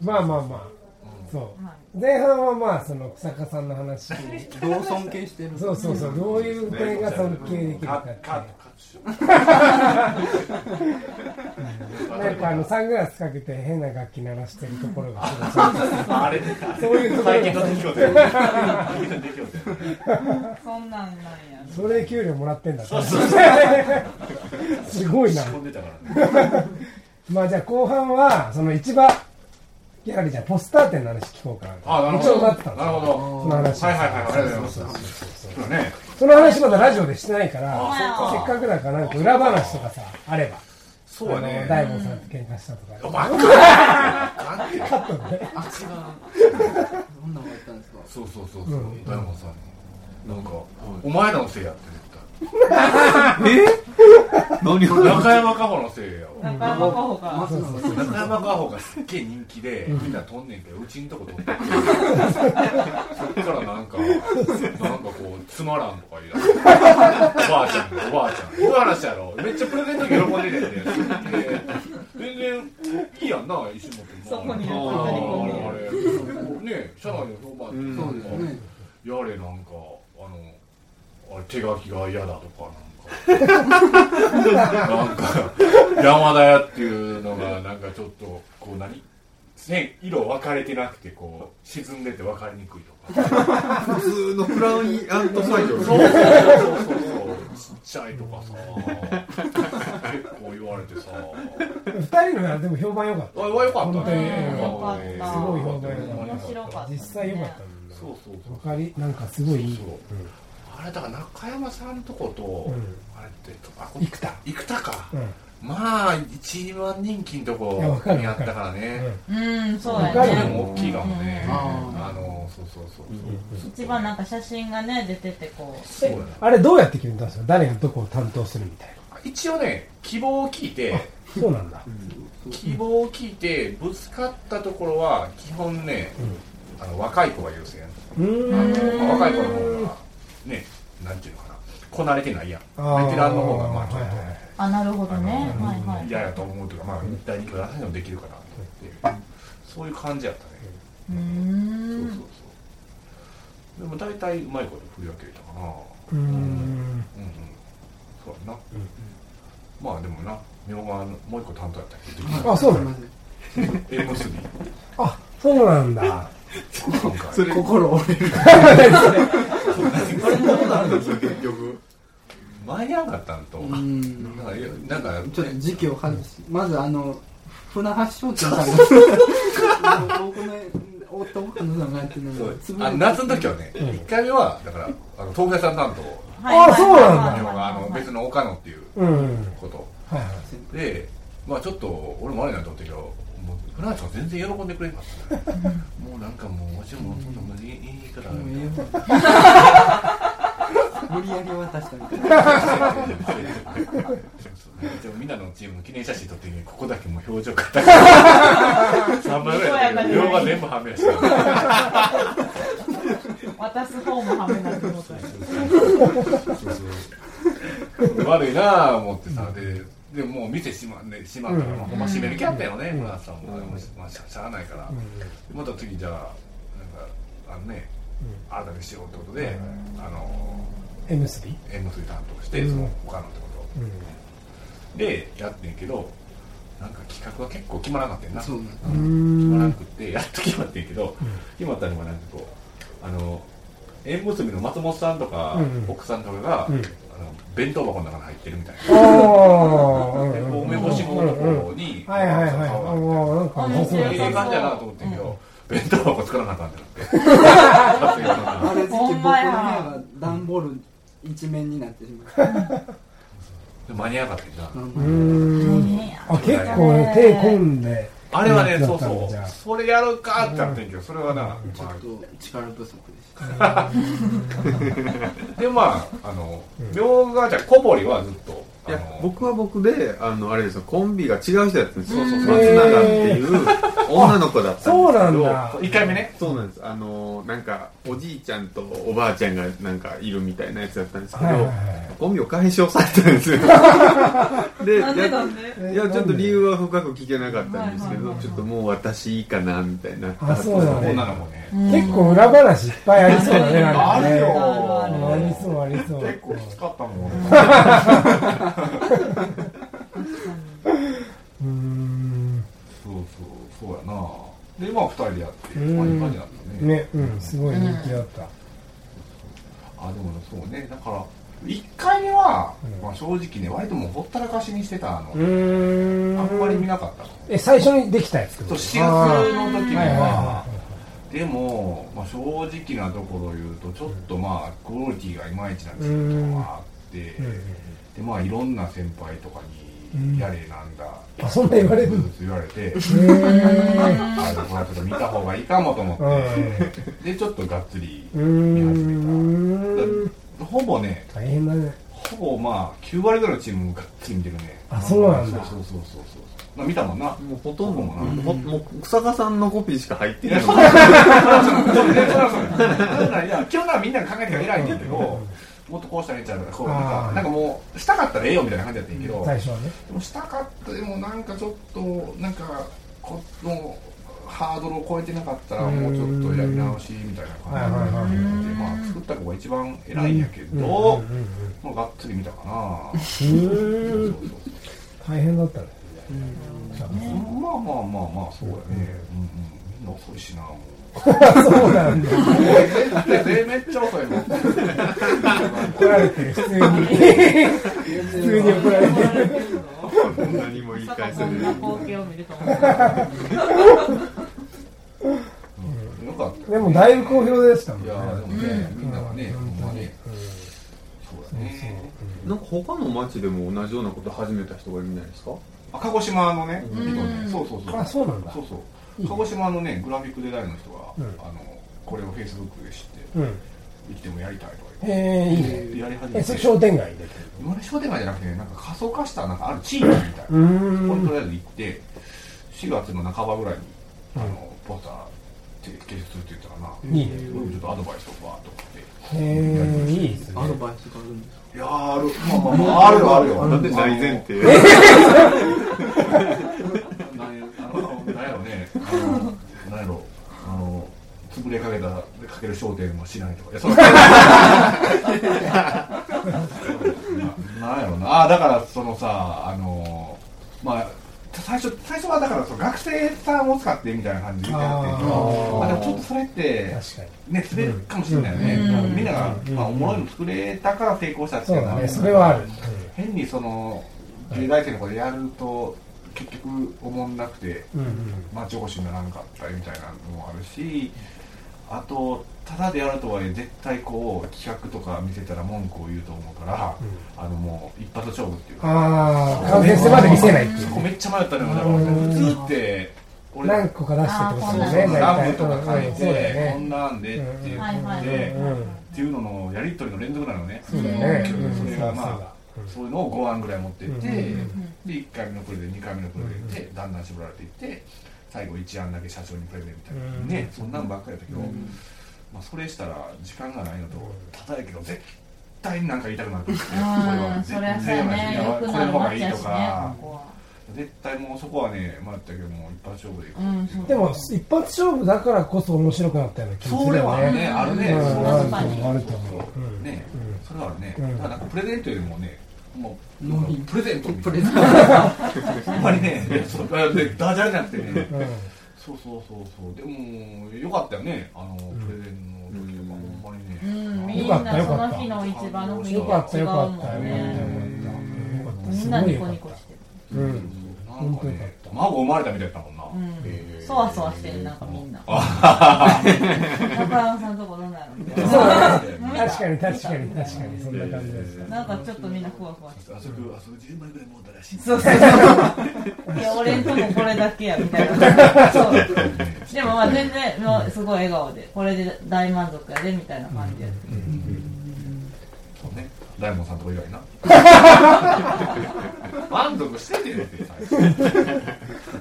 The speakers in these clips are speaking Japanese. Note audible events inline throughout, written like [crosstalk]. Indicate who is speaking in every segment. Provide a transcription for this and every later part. Speaker 1: まあまあまあ、そう前半はまあその草加さんの話
Speaker 2: どう尊敬してる
Speaker 1: そうそうそうどういう声が尊敬できる
Speaker 3: カ
Speaker 1: か
Speaker 3: ッカッ
Speaker 1: っ
Speaker 3: トカットしよ
Speaker 1: てなんかあのサングラスかけて変な楽器鳴らしてるところがすごいう
Speaker 3: あれね [laughs]
Speaker 1: そういうところ
Speaker 3: 最近の出来事やね最近の出来事やね
Speaker 4: そんなんなんや
Speaker 1: それ給料もらってんだって [laughs] すごいな
Speaker 3: 仕込んでたからね
Speaker 1: まあじゃあ後半はその市場ギャラリーじゃんポスター店の話聞こうかな
Speaker 3: あなるほ
Speaker 1: 一応
Speaker 3: ど
Speaker 1: なってたんです
Speaker 3: なる
Speaker 1: よ
Speaker 3: ほど
Speaker 1: その話
Speaker 3: はいはいはいありがとうございますそうだね
Speaker 1: その話まだラジオでしてないから
Speaker 3: あ
Speaker 1: せっかくだからなんか裏話とかさあれば
Speaker 3: そうや
Speaker 1: あの
Speaker 3: ね
Speaker 1: 大門さんと喧嘩したとか、
Speaker 3: お前カット
Speaker 1: カットで
Speaker 2: あ違うどんなのがあったんですか
Speaker 3: そうそうそうそう大門さんになんかお前らのせいやって絶
Speaker 5: 何
Speaker 3: 対中山加穂のせいやわ
Speaker 4: 中山候補が
Speaker 2: 松野
Speaker 3: [laughs] 中山加穂がすっげえ人気でみんなとんねんけどう [laughs] ちんとこ取ってくるそっからなんかなんかこうつまらんとか言い出しておばあちゃんがおばあちゃんどういう話やろめっちゃプレゼント喜んでてんで全然いいやんな石本も
Speaker 4: そこに
Speaker 3: あ
Speaker 4: 乗り込んで
Speaker 3: あれね社内の評判っていうか
Speaker 2: そうですね
Speaker 3: やれなんかあのあれ手書きが嫌だとか [laughs] なんかなんか山田屋っていうのがなんかちょっとこう何線色分かれてなくてこう沈んでて分かりにくいとか
Speaker 5: 普通のフランアントサイ
Speaker 3: そ
Speaker 5: ド
Speaker 3: うそうそうそうそうちっちゃいとかさ結構言われてさ
Speaker 1: 2人のやでも評判良かっ
Speaker 3: あよかった
Speaker 1: 本当に
Speaker 3: ね
Speaker 4: よかった
Speaker 3: よ
Speaker 1: すごい評判良
Speaker 4: 面白か
Speaker 1: た
Speaker 4: った
Speaker 1: 実際良かったもんな
Speaker 3: そうそうそう
Speaker 1: わかりなんかすごいいい
Speaker 3: あれだから中山さんとこと、
Speaker 1: ん
Speaker 3: あれってあこ
Speaker 1: 生田
Speaker 3: 生田か、
Speaker 1: うん
Speaker 3: まあ一番人気のとこ
Speaker 1: いやわかる
Speaker 3: にあったからね、
Speaker 4: うんそうや
Speaker 1: わか
Speaker 3: そ
Speaker 1: る
Speaker 3: れ
Speaker 4: ね
Speaker 3: も大きいかもね、
Speaker 2: うん
Speaker 3: あのそうそうそうそう
Speaker 4: 一番なんか写真がね出ててこう
Speaker 3: そうやな
Speaker 1: あれどうやって決めたんですか誰がどこを担当するみたい
Speaker 3: 一応ね希望を聞いて
Speaker 1: なそうなんだ
Speaker 3: 希望を聞いてぶつかったところは基本ね、あの若い子が優先
Speaker 1: うーん
Speaker 3: 若い子の方がねなんていうのかなこなれてないやん
Speaker 1: あー
Speaker 3: ベテランの方がまあちょっ
Speaker 1: は
Speaker 3: と、
Speaker 1: いはいはい
Speaker 4: あなるほどねはいはい
Speaker 3: 嫌やと思うというか、まあ、一体いくら何でもできるかなと思って、そういう感じやったね、
Speaker 4: う
Speaker 3: そ
Speaker 4: ー
Speaker 3: うそうんそうでも大体うまいこと振り分けれたかなうん
Speaker 1: うーん
Speaker 3: うんそうやな、まあでもなみょうがもう一個担当やったけど
Speaker 1: あそうなの
Speaker 3: 縁結び
Speaker 1: あそうなんだ
Speaker 3: 今回
Speaker 5: それ心折れるあれどうなるんですよ結局
Speaker 3: 間に合わなかったんと、
Speaker 2: う
Speaker 3: なん
Speaker 2: ん
Speaker 3: かなんか
Speaker 2: ちょっと時期を外しまずあの船橋商店さんが僕の夫岡野さんがやってるのが
Speaker 3: そう
Speaker 2: 潰
Speaker 3: あ
Speaker 2: れ
Speaker 3: 夏の時はね、一
Speaker 1: ん
Speaker 3: 1回目はだからあの東海さん担
Speaker 4: はいはい
Speaker 1: あそうなんだ
Speaker 3: 当
Speaker 4: はい
Speaker 3: みょう
Speaker 4: はい
Speaker 3: があの別の岡野っていう
Speaker 1: うん
Speaker 3: こと
Speaker 1: はいはい
Speaker 3: で、まあちょっと俺もあれなんて思ったけど、もう船橋さん全然喜んでくれなか [laughs] ったね。もうなんかもう、わしもそんなもんいいいいから、 [laughs]
Speaker 2: もうええ
Speaker 3: み
Speaker 2: わ無理やり渡したみたいな
Speaker 3: たいな。でもみんなのチームの記念写真撮ってね、ここだけもう表情硬く。3枚ぐらいだったけど、両側全部はめやした。
Speaker 4: 渡す方もはめなくもと
Speaker 3: 悪いなぁ思ってさ、で、でももう店閉まんね、閉まったから、まあほんま閉める気あったよね、船橋さんも。でもまあしゃしゃあないから。また次じゃあなんかあのね、新たにしようってことで、あの
Speaker 1: 縁結び
Speaker 3: 縁結び担当して、その他のってこと、でやってんけどなんか企画は結構決まらなかったよな
Speaker 2: そうなん
Speaker 1: うー
Speaker 3: 決まらなんくってやっと決まってんけど、決まったのがなんかこうあの縁結びの松本さんとか、
Speaker 1: うんうん
Speaker 3: 奥さんとかが、
Speaker 1: うん
Speaker 3: あの弁当箱の中に入ってるみたいな、
Speaker 1: おー
Speaker 3: で
Speaker 1: うん
Speaker 3: こう
Speaker 1: うん
Speaker 3: 梅干しのところに、
Speaker 1: はいはいはい
Speaker 3: 顔があって
Speaker 1: おーなんか面
Speaker 3: い
Speaker 1: 白い
Speaker 3: い感じやなと思ってんけど、弁当箱作らなあかんってなって
Speaker 2: あれ時期僕の
Speaker 4: ほん
Speaker 2: 部屋
Speaker 4: まや
Speaker 2: が段ボール一面になってしまった
Speaker 3: で間に合わなかったよな、
Speaker 2: なん
Speaker 1: う
Speaker 2: か
Speaker 1: ーんあ結構手込んで
Speaker 3: あれはね
Speaker 1: だ
Speaker 3: そ
Speaker 1: っ
Speaker 3: う
Speaker 1: たん
Speaker 3: そ
Speaker 1: じゃあ
Speaker 3: うそれやるかってなってんけどそれはな、
Speaker 2: ちょ
Speaker 3: ま
Speaker 2: っと力不足でした
Speaker 3: あ、でまああの、みょうがじゃあ小堀はずっと
Speaker 5: い
Speaker 3: あ
Speaker 5: や
Speaker 3: の
Speaker 5: 僕は僕であのあれですよコンビが違う人だったんですよ
Speaker 3: そうそうそう
Speaker 5: 松永っていう女の子だったん
Speaker 1: そう
Speaker 5: です
Speaker 1: な
Speaker 5: け
Speaker 1: ん
Speaker 5: ど
Speaker 1: だ
Speaker 3: 1回目ね
Speaker 5: そうなんですあのなんかおじいちゃんとおばあちゃんがなんかいるみたいなやつだったんですけど、
Speaker 1: はいはいはい
Speaker 5: コンビを解消されたんですよで
Speaker 4: なんでなん
Speaker 5: や
Speaker 4: で
Speaker 1: え
Speaker 5: いやちょっと理由
Speaker 1: は
Speaker 5: は深く聞けなかったんです
Speaker 4: はいはいは
Speaker 5: け
Speaker 4: い
Speaker 5: ど
Speaker 4: はい
Speaker 5: ちょっともう私いいかなみたいになった
Speaker 1: あそうなんだ
Speaker 3: 女の子ね
Speaker 1: 結構裏話いっぱいありそうだねなんかね
Speaker 3: あるよ
Speaker 1: うんありそうありそう
Speaker 3: 結構きつかったもん俺
Speaker 1: うーん
Speaker 3: そうそうそうやなでまあ2人でやって
Speaker 1: うん
Speaker 3: まあいい感じだったね
Speaker 1: ねうんすごい人気だった
Speaker 3: あでもそうねだから1回目は、
Speaker 1: うん
Speaker 3: まあ、正直ね割ともうほったらかしにしてたの、
Speaker 1: うーん
Speaker 3: あんまり見なかったの
Speaker 1: え最初にできたやつって
Speaker 3: そ
Speaker 1: こ
Speaker 3: う
Speaker 1: と
Speaker 3: 7月の時に
Speaker 1: はいはい
Speaker 3: は
Speaker 1: は
Speaker 3: でも、まあ、正直なところを言うとちょっとまあクオリティがいまいちなチ
Speaker 1: う
Speaker 3: ーム
Speaker 1: ん
Speaker 3: とかあって
Speaker 1: いうんうん
Speaker 3: でまあいろんな先輩とか
Speaker 1: うん
Speaker 3: にやれなんだ
Speaker 1: あそんな言われる
Speaker 3: ずっと言われて
Speaker 1: う
Speaker 3: あでもこれちょっと見た方がいいかもと思ってでちょっとがっつり
Speaker 1: ーんうーん
Speaker 3: だほぼね
Speaker 1: 大変だね
Speaker 3: ほぼまあ9割ぐらいのチームがっつり見てるね
Speaker 1: あそうなんだ
Speaker 3: そうそうそうそうそうな見たもんな [laughs]
Speaker 5: もうほとんども
Speaker 3: うん
Speaker 5: ほもう草加さんのコピーしか入って
Speaker 3: い
Speaker 5: な
Speaker 3: や、
Speaker 5: い
Speaker 3: そうなんですよ。そうなんですよ。いや、今日はみんなで考えて偉いんだけど、もっとこうしたらいいんちゃうか、こうなんか、なんかもう、したかったらええよみたいな感じだったんやけど、
Speaker 1: 最初はね
Speaker 3: でもしたかったでもなんかちょっと、なんか、このハードルを超えてなかったら、もうちょっとやり直しみたいな感じで、まあ、作った子が一番偉いんやけど、も
Speaker 1: うんうんうん
Speaker 3: うがっつり見たかな。
Speaker 1: う
Speaker 3: そう
Speaker 1: ーん
Speaker 3: そう
Speaker 1: 大変だったね
Speaker 3: そうまあまあまあまあ、そうやね。うんうん、みんな遅いしな、もう。
Speaker 1: [laughs] そうなんだ
Speaker 3: めっちゃ
Speaker 1: [laughs]
Speaker 3: 遅いもん。
Speaker 1: 怒られてる普通に普通に怒られてる
Speaker 5: 何も言い
Speaker 4: まさ
Speaker 5: 返
Speaker 4: か
Speaker 5: せ
Speaker 4: こ
Speaker 5: なんい
Speaker 4: な光景を見ると思う。
Speaker 3: よかった。
Speaker 1: でもだいぶ好評でしたもん
Speaker 3: い
Speaker 1: ね
Speaker 3: やでもね、みんながね、ほ
Speaker 1: うんん
Speaker 3: まに。そうだね。
Speaker 5: なんか他の町でも同じようなこと始めた人がいるんじゃないですか
Speaker 3: あ鹿児島のね、
Speaker 5: うん
Speaker 3: 人ね、そうそうそう。
Speaker 1: あそうなんだ
Speaker 3: そうそう。鹿児島のね、グラフィックデザインの人が、
Speaker 1: うん
Speaker 3: あの、これをフェイスブックで知って、
Speaker 1: うん
Speaker 3: 生きてもやりたいとか
Speaker 1: へえいい
Speaker 3: 言って、
Speaker 1: ね
Speaker 3: やり始め
Speaker 1: え
Speaker 3: て
Speaker 1: それ。商店街で
Speaker 3: 今ね、商店街じゃなくてね、なんか仮想化した、なんかある地域みたいな。そこにとりあえず行って、4月の半ばぐらいに、あの、ポスター提出するって言ったかな。
Speaker 1: いいね
Speaker 3: うんちょっとアドバイスをバーっと送って。
Speaker 1: へえいいですね
Speaker 2: アドバイスがあるんですか
Speaker 3: いやーある、まあまあまあ、あるよ、あるよ。
Speaker 5: だって大前提
Speaker 3: なんやあのなんやろね、あのなんやろ、あの、潰れかけた、かける商店もしないとか、いや、そんなななんやろな、あだから、そのさ、あの、まあ、最初最初はだからその学生さんを使ってみたいな感じでやってるけど
Speaker 1: あー
Speaker 3: まあでもちょっとそれって
Speaker 1: 確かに
Speaker 3: ね滑るかもしれないよね、みんなが、まあ、おもろいの作れたから成功したって
Speaker 1: そ
Speaker 3: いううの
Speaker 1: だ
Speaker 3: は
Speaker 1: ねそれはある
Speaker 3: 変にその芸大生の子でやると結局おもんなくて
Speaker 1: うんうん
Speaker 3: 町おこしにならんかったりみたいなのもあるしあとただでやるとはいえ絶対こう企画とか見せたら文句を言うと思うから、あのもう一発勝負っていうか
Speaker 1: ああ完全性まで見せないってい
Speaker 3: そうこめっちゃ迷ったのよだから
Speaker 1: う
Speaker 3: 俺
Speaker 1: ん
Speaker 3: 普通って俺
Speaker 1: 何個か出してってこと
Speaker 3: そう
Speaker 1: だ
Speaker 3: そう
Speaker 1: よね
Speaker 3: ラ
Speaker 1: 大
Speaker 3: ム
Speaker 1: 体
Speaker 3: とか書い
Speaker 1: そうだよ
Speaker 3: てこん
Speaker 1: ね
Speaker 3: なんでっていう
Speaker 4: はい
Speaker 3: の
Speaker 4: はい
Speaker 3: で
Speaker 4: は
Speaker 1: うん
Speaker 3: っていうののやり取りの連続なのね
Speaker 1: そうだよね
Speaker 3: うん
Speaker 1: うん
Speaker 3: それがま
Speaker 1: そうだ
Speaker 3: そういうのを5案ぐらい持ってって、
Speaker 1: うん
Speaker 3: で1回目のプレゼン2回目のプレゼンで、だんだん絞られていって最後1案だけ社長にプレゼンみたいな、
Speaker 1: うん
Speaker 3: ねそんなんばっかりだけど、まあ、それしたら時間がないのとただやけど絶対に何か言いたくなると思ってこれ
Speaker 4: うん、そりゃそうや
Speaker 3: い
Speaker 4: ね。
Speaker 3: や
Speaker 4: よく
Speaker 3: こ
Speaker 4: な
Speaker 3: れの
Speaker 4: る
Speaker 3: 方
Speaker 4: わ
Speaker 3: が
Speaker 4: け
Speaker 3: いい
Speaker 4: や
Speaker 3: と
Speaker 4: しね
Speaker 3: か、
Speaker 4: ここは。
Speaker 3: 絶対もうそこはね迷ったけどもう一発勝負でいこうっていう
Speaker 4: うん
Speaker 1: でも一発勝負だからこそ面白くなったような気がす
Speaker 3: そ
Speaker 1: る
Speaker 3: れ
Speaker 1: よ
Speaker 3: は
Speaker 1: ね
Speaker 3: ね、あるね、
Speaker 1: うん
Speaker 3: それ
Speaker 1: あると
Speaker 3: は
Speaker 1: 思うあると思ううん
Speaker 3: ね、それはあるね、
Speaker 1: うん
Speaker 3: ただなんかプレゼントよりもね、もう、
Speaker 2: ノリ
Speaker 3: プレゼントみた
Speaker 2: プ
Speaker 3: い
Speaker 2: レゼ
Speaker 3: な
Speaker 2: ン、
Speaker 3: あんまりね、そうでダジャレじゃなくてね、
Speaker 1: うん
Speaker 3: そうそうそうそう、でも、よかったよね、あの、プレゼンの時とか、ほんまにね、
Speaker 4: うん、み
Speaker 1: よ
Speaker 4: ん
Speaker 1: かった
Speaker 4: な
Speaker 1: よ
Speaker 4: そ
Speaker 1: かった
Speaker 4: の日の市場の雰囲気
Speaker 1: よかった
Speaker 4: が違
Speaker 1: よ
Speaker 4: う
Speaker 1: か
Speaker 4: も
Speaker 1: ったよ
Speaker 4: んね。
Speaker 1: ねよかった
Speaker 4: み
Speaker 1: す
Speaker 4: ん
Speaker 1: ご
Speaker 4: ないニ
Speaker 1: よ
Speaker 4: コ
Speaker 1: かっ
Speaker 4: ニコしてる。
Speaker 1: たうん
Speaker 3: なんかね、卵生まれたみたいだったもんな。
Speaker 4: うん
Speaker 3: へー
Speaker 4: そわそわしてる、なんかみんな。中山さんとこどうなるみたい
Speaker 1: そうだね
Speaker 4: な。
Speaker 1: 確かに確かに確かにそんな感じです
Speaker 4: に。なんかちょっとみんなふわふわして
Speaker 3: あそこ、あそこ10枚ぐらい持ったらしい。
Speaker 4: そうそうそう。いや、俺んとここれだけや、みたいな。そう。でもまあ全然、もうすごい笑顔で、これで大満足やで、みたいな感じやって。
Speaker 3: そうね。大門さんとこ以外な [laughs] 満足してねんって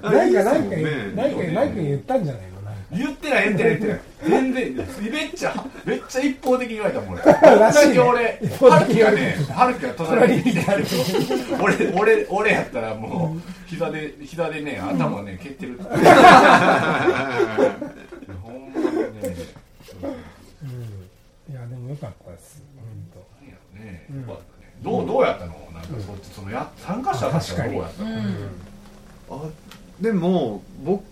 Speaker 3: 最初
Speaker 1: なんか、なんか、
Speaker 5: いいっすよね
Speaker 1: なんか、なんか言ったんじゃないのなんか
Speaker 3: 言ってない言ってない言ってない全然めっちゃめっちゃ一方的に言われたもん俺こんだけ俺春樹がね春樹が隣にいてやると俺俺俺やったらもう膝で膝でね頭ね蹴ってる [laughs] ほんまにね
Speaker 1: いや、でもよかったです。本
Speaker 3: なんやろねよかったねどうどうやったのなんかそっちそのや参加者たちはどうやった
Speaker 4: う
Speaker 3: の
Speaker 4: ん
Speaker 5: あでも僕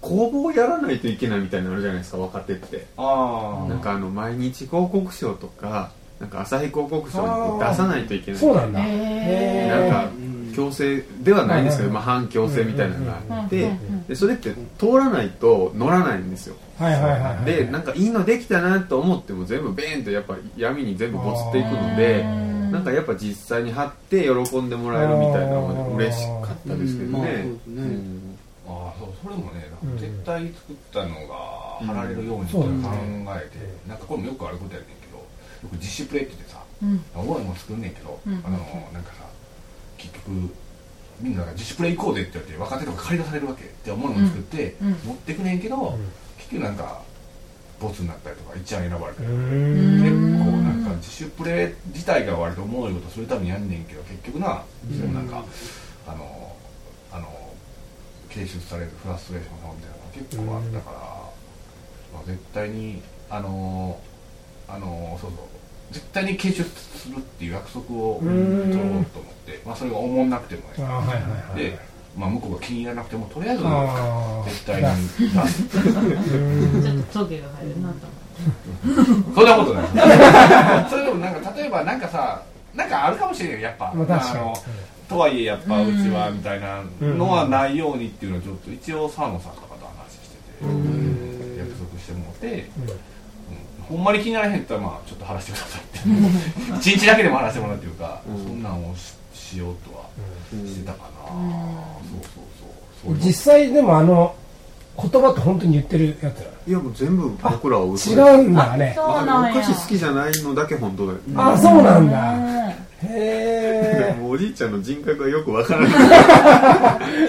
Speaker 5: 工房やらないといけないみたいなのあるじゃないですか若手って
Speaker 3: あ
Speaker 5: なんかあの毎日広告賞とかなんか朝日広告賞にこう
Speaker 1: あー
Speaker 5: 出さないといけ
Speaker 1: 当。
Speaker 5: ない
Speaker 1: そうなんだ。
Speaker 4: へー
Speaker 5: なんか
Speaker 2: うん
Speaker 5: 強制ではないですけど、
Speaker 1: うん
Speaker 5: まあ、反強制みたいなのがあって、
Speaker 4: うんうん
Speaker 5: でそれって通らないと乗らないんですよ、
Speaker 1: はいはいはいはい。
Speaker 5: でなんかいいのできたなと思っても全部ベーンとやっぱ闇に全部ボツっていくので
Speaker 4: うん
Speaker 5: なんかやっぱ実際に貼って喜んでもらえるみたいなのが嬉しかったですけど
Speaker 2: まあそう
Speaker 5: ね
Speaker 2: です
Speaker 5: う
Speaker 2: ね
Speaker 5: ん
Speaker 3: ああそうそれもね
Speaker 1: うん
Speaker 3: 絶対作ったのが貼られるようにって考えて、なんかこれもよくあることやねんけどよく自主プレイって言ってさ
Speaker 4: うん
Speaker 3: 俺も作んねんけど、
Speaker 4: うん
Speaker 3: あのなんかさ結局みんなが自主プレイ行こうぜって言って若手とか借り出されるわけって思うのを作って、
Speaker 4: うんうん
Speaker 3: 持ってくねんけど、
Speaker 1: ん
Speaker 3: 結局なんかボツになったりとか一案選ばれた
Speaker 1: う
Speaker 3: り
Speaker 1: ー
Speaker 3: とか、
Speaker 1: ん。
Speaker 3: 結構なんか自主プレイ自体が割と重いことするためにやんねんけど結局な、でもなんかあのあの軽出されるフラストレーションがみたいなのが結構あったから、まあ、絶対にあのあのそうそう絶対に軽出するっていう約束
Speaker 1: う
Speaker 3: を取ろ
Speaker 1: ん
Speaker 3: うと思って、まあ、それが思んなくても
Speaker 1: あー
Speaker 3: ね
Speaker 1: はいはいはい。
Speaker 3: で、まあ、向こうが気に入らなくてもとりあえず
Speaker 1: ああ。
Speaker 3: 絶対に出す
Speaker 1: うん
Speaker 4: ちょっとトゲが入るなと思って
Speaker 3: そんなことな
Speaker 1: [laughs]
Speaker 3: い。それでもなんか例えばなんかさ、なんかあるかもしれないよやっぱ。
Speaker 1: まあ確か
Speaker 3: あ
Speaker 1: に
Speaker 3: の。とはいえやっぱうちはみたいなのは
Speaker 1: うん
Speaker 3: ないようにっていうのはちょっと一応サーモンさんとかと話してて、
Speaker 1: ん
Speaker 3: 約束してもらって、
Speaker 1: うん
Speaker 3: うんほんまに気にならへんったらまあちょっと話してくださいって。一日だけでも話してもらうっていうか、
Speaker 5: うん
Speaker 3: そんなんをししようとはしてたかな。
Speaker 4: うん
Speaker 3: そうそうそう。そううんいう
Speaker 1: 実際でもあの言葉って本当に言ってるやつ
Speaker 5: いやもう全部僕らは嘘です
Speaker 1: ら違うんだね
Speaker 4: そう
Speaker 5: ま
Speaker 4: な
Speaker 5: あ
Speaker 4: ん
Speaker 5: お
Speaker 4: や
Speaker 5: 菓子好きじゃないのだけ本当だよ、
Speaker 1: あそうなんだ
Speaker 4: だ
Speaker 1: へ
Speaker 5: もうおじいちゃんの人格がよくわからない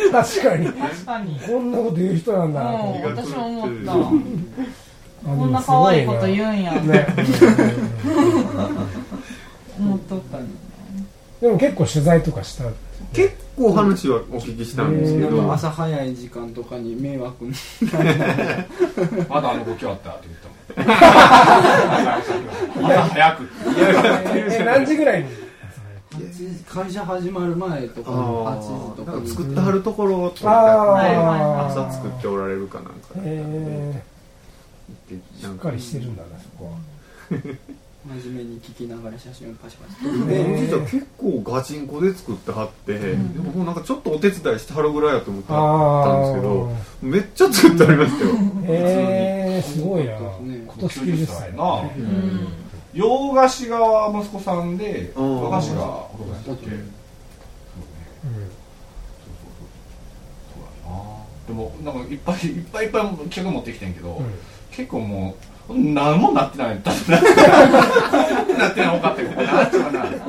Speaker 1: え確かに
Speaker 4: 確かに
Speaker 1: こんなこと言う人なんだなと
Speaker 4: う
Speaker 1: 思
Speaker 4: ん、
Speaker 1: っ
Speaker 5: 気が
Speaker 4: 私
Speaker 5: 狂ってる
Speaker 4: も思った。こんな可愛いこと言うんや。
Speaker 1: ね
Speaker 4: 思っとったね。
Speaker 1: でも結構取材とかした
Speaker 5: [laughs] 結構話はお聞きしたんですけ
Speaker 2: なん
Speaker 5: ど
Speaker 2: か朝早い時間とかに迷惑に
Speaker 3: まだあの子今日あったって言ってたもん。朝早くって。
Speaker 1: え何時ぐらいに
Speaker 2: 8時会社始まる前とかの
Speaker 5: あ
Speaker 2: 8時と
Speaker 5: ー
Speaker 2: か
Speaker 5: なんか
Speaker 2: に
Speaker 5: 作ってはるところと
Speaker 1: あ
Speaker 5: か
Speaker 4: はいはい
Speaker 1: あ
Speaker 5: 朝作っておられるかなんかだったんで
Speaker 1: え
Speaker 5: でな
Speaker 1: ーし
Speaker 5: ん
Speaker 1: っか
Speaker 5: か
Speaker 1: りしてるんだなそこは
Speaker 2: 真面目に聞きながら写真をパシパシ
Speaker 5: でおじいちゃん結構ガチンコで作ってはって、でももうなんかちょっとお手伝いしてはるぐらいやと思ってたんですけどめっちゃ作ってありましたよ、
Speaker 1: へえすごいな
Speaker 2: そうですね
Speaker 1: 今年90歳
Speaker 3: な
Speaker 5: う
Speaker 4: うんん。
Speaker 3: 洋菓子が息子さんで
Speaker 5: うん
Speaker 3: 和菓子がお父さんだっけ
Speaker 2: う
Speaker 3: そ
Speaker 2: ん
Speaker 3: うねそうだなでもなんかいっぱいいっぱいいっぱい企画持ってきてんけど、
Speaker 1: うん
Speaker 3: 結構もう何もなってないだってななってないおかってこれなんていうかなこ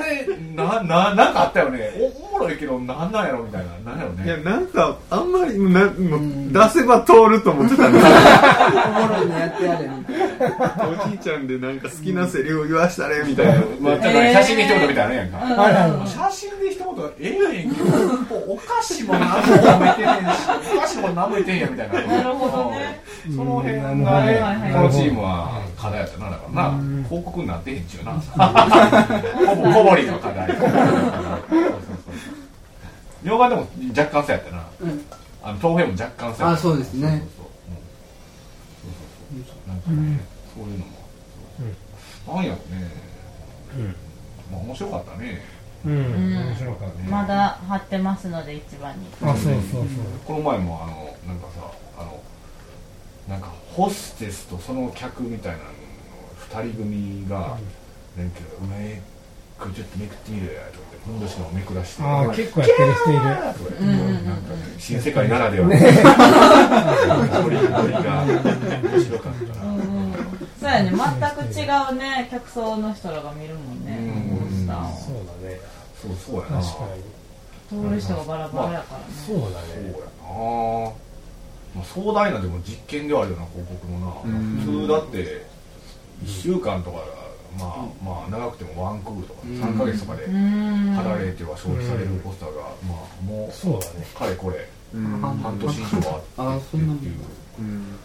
Speaker 3: れなななんかあったよねおおもろいけどなんなんやろみたいななんやろ
Speaker 5: いや
Speaker 3: ね
Speaker 5: なんかあんまりなもう
Speaker 2: うん
Speaker 5: 出せば通ると思ってたんで
Speaker 2: おもろいのやってやれみたいな
Speaker 5: おじいちゃんでなんか好きなセリフを言わしたれみたいな、
Speaker 3: まあ、だから写真で一言みたいなのやんか、
Speaker 1: はいはいはい
Speaker 3: 写真で一言ええやんけどお菓子も何も食べてねえしお菓子も何もいてんやみたいな
Speaker 4: なるほどね。
Speaker 3: その辺が
Speaker 1: うん
Speaker 3: ね、
Speaker 1: はい
Speaker 4: はい
Speaker 3: このチームは課題やったなだから
Speaker 1: う
Speaker 3: なん広告になってへんちゅうなほぼ小堀の課題そうそうそう両側でも若干そうやったな
Speaker 2: うん
Speaker 3: あの東平も若干そうやった
Speaker 2: あそうですね
Speaker 3: そうそうそううんそうそうそうなんかねそういうのもそうなんやろねまあ面白かったね
Speaker 1: うんうん面白かったね
Speaker 4: まだ貼ってますので一番に。
Speaker 1: あそうそう
Speaker 3: この前もあのなんかさあのなんかホステスとその客みたいなの2人組が「なんかお前これちょっとめくってみろや」とかってふんどしのめくらして「
Speaker 1: そうああ
Speaker 3: お前
Speaker 1: 結構やってる人いる
Speaker 3: あーとか言って
Speaker 4: うんうんうん
Speaker 3: なんかね新世界ならでは
Speaker 1: [laughs]
Speaker 3: のノリノリが面白かったな
Speaker 4: そうやね。全く違違うね客層の人らが見るもんね
Speaker 3: うん
Speaker 4: モンスターを
Speaker 1: そうだね
Speaker 3: そうそうやな
Speaker 1: 確
Speaker 3: そ
Speaker 1: か
Speaker 3: う
Speaker 1: に
Speaker 4: 通る人がバラバラやからね
Speaker 1: そうだ
Speaker 3: や
Speaker 1: ね
Speaker 3: な、まあ、壮大なでも実験ではあるような広告もな
Speaker 5: うん
Speaker 3: 普通だって1週間とかまあまあ長くてもワンクールとか
Speaker 2: うん
Speaker 3: 3ヶ月とかで
Speaker 4: うーん
Speaker 3: 貼られては消費されるポスターがまあもう
Speaker 1: そうだね
Speaker 3: かれこれ
Speaker 5: うん
Speaker 3: 半年以上はあ
Speaker 2: あ
Speaker 3: って
Speaker 2: そ
Speaker 3: って
Speaker 2: んな
Speaker 3: いう
Speaker 5: うん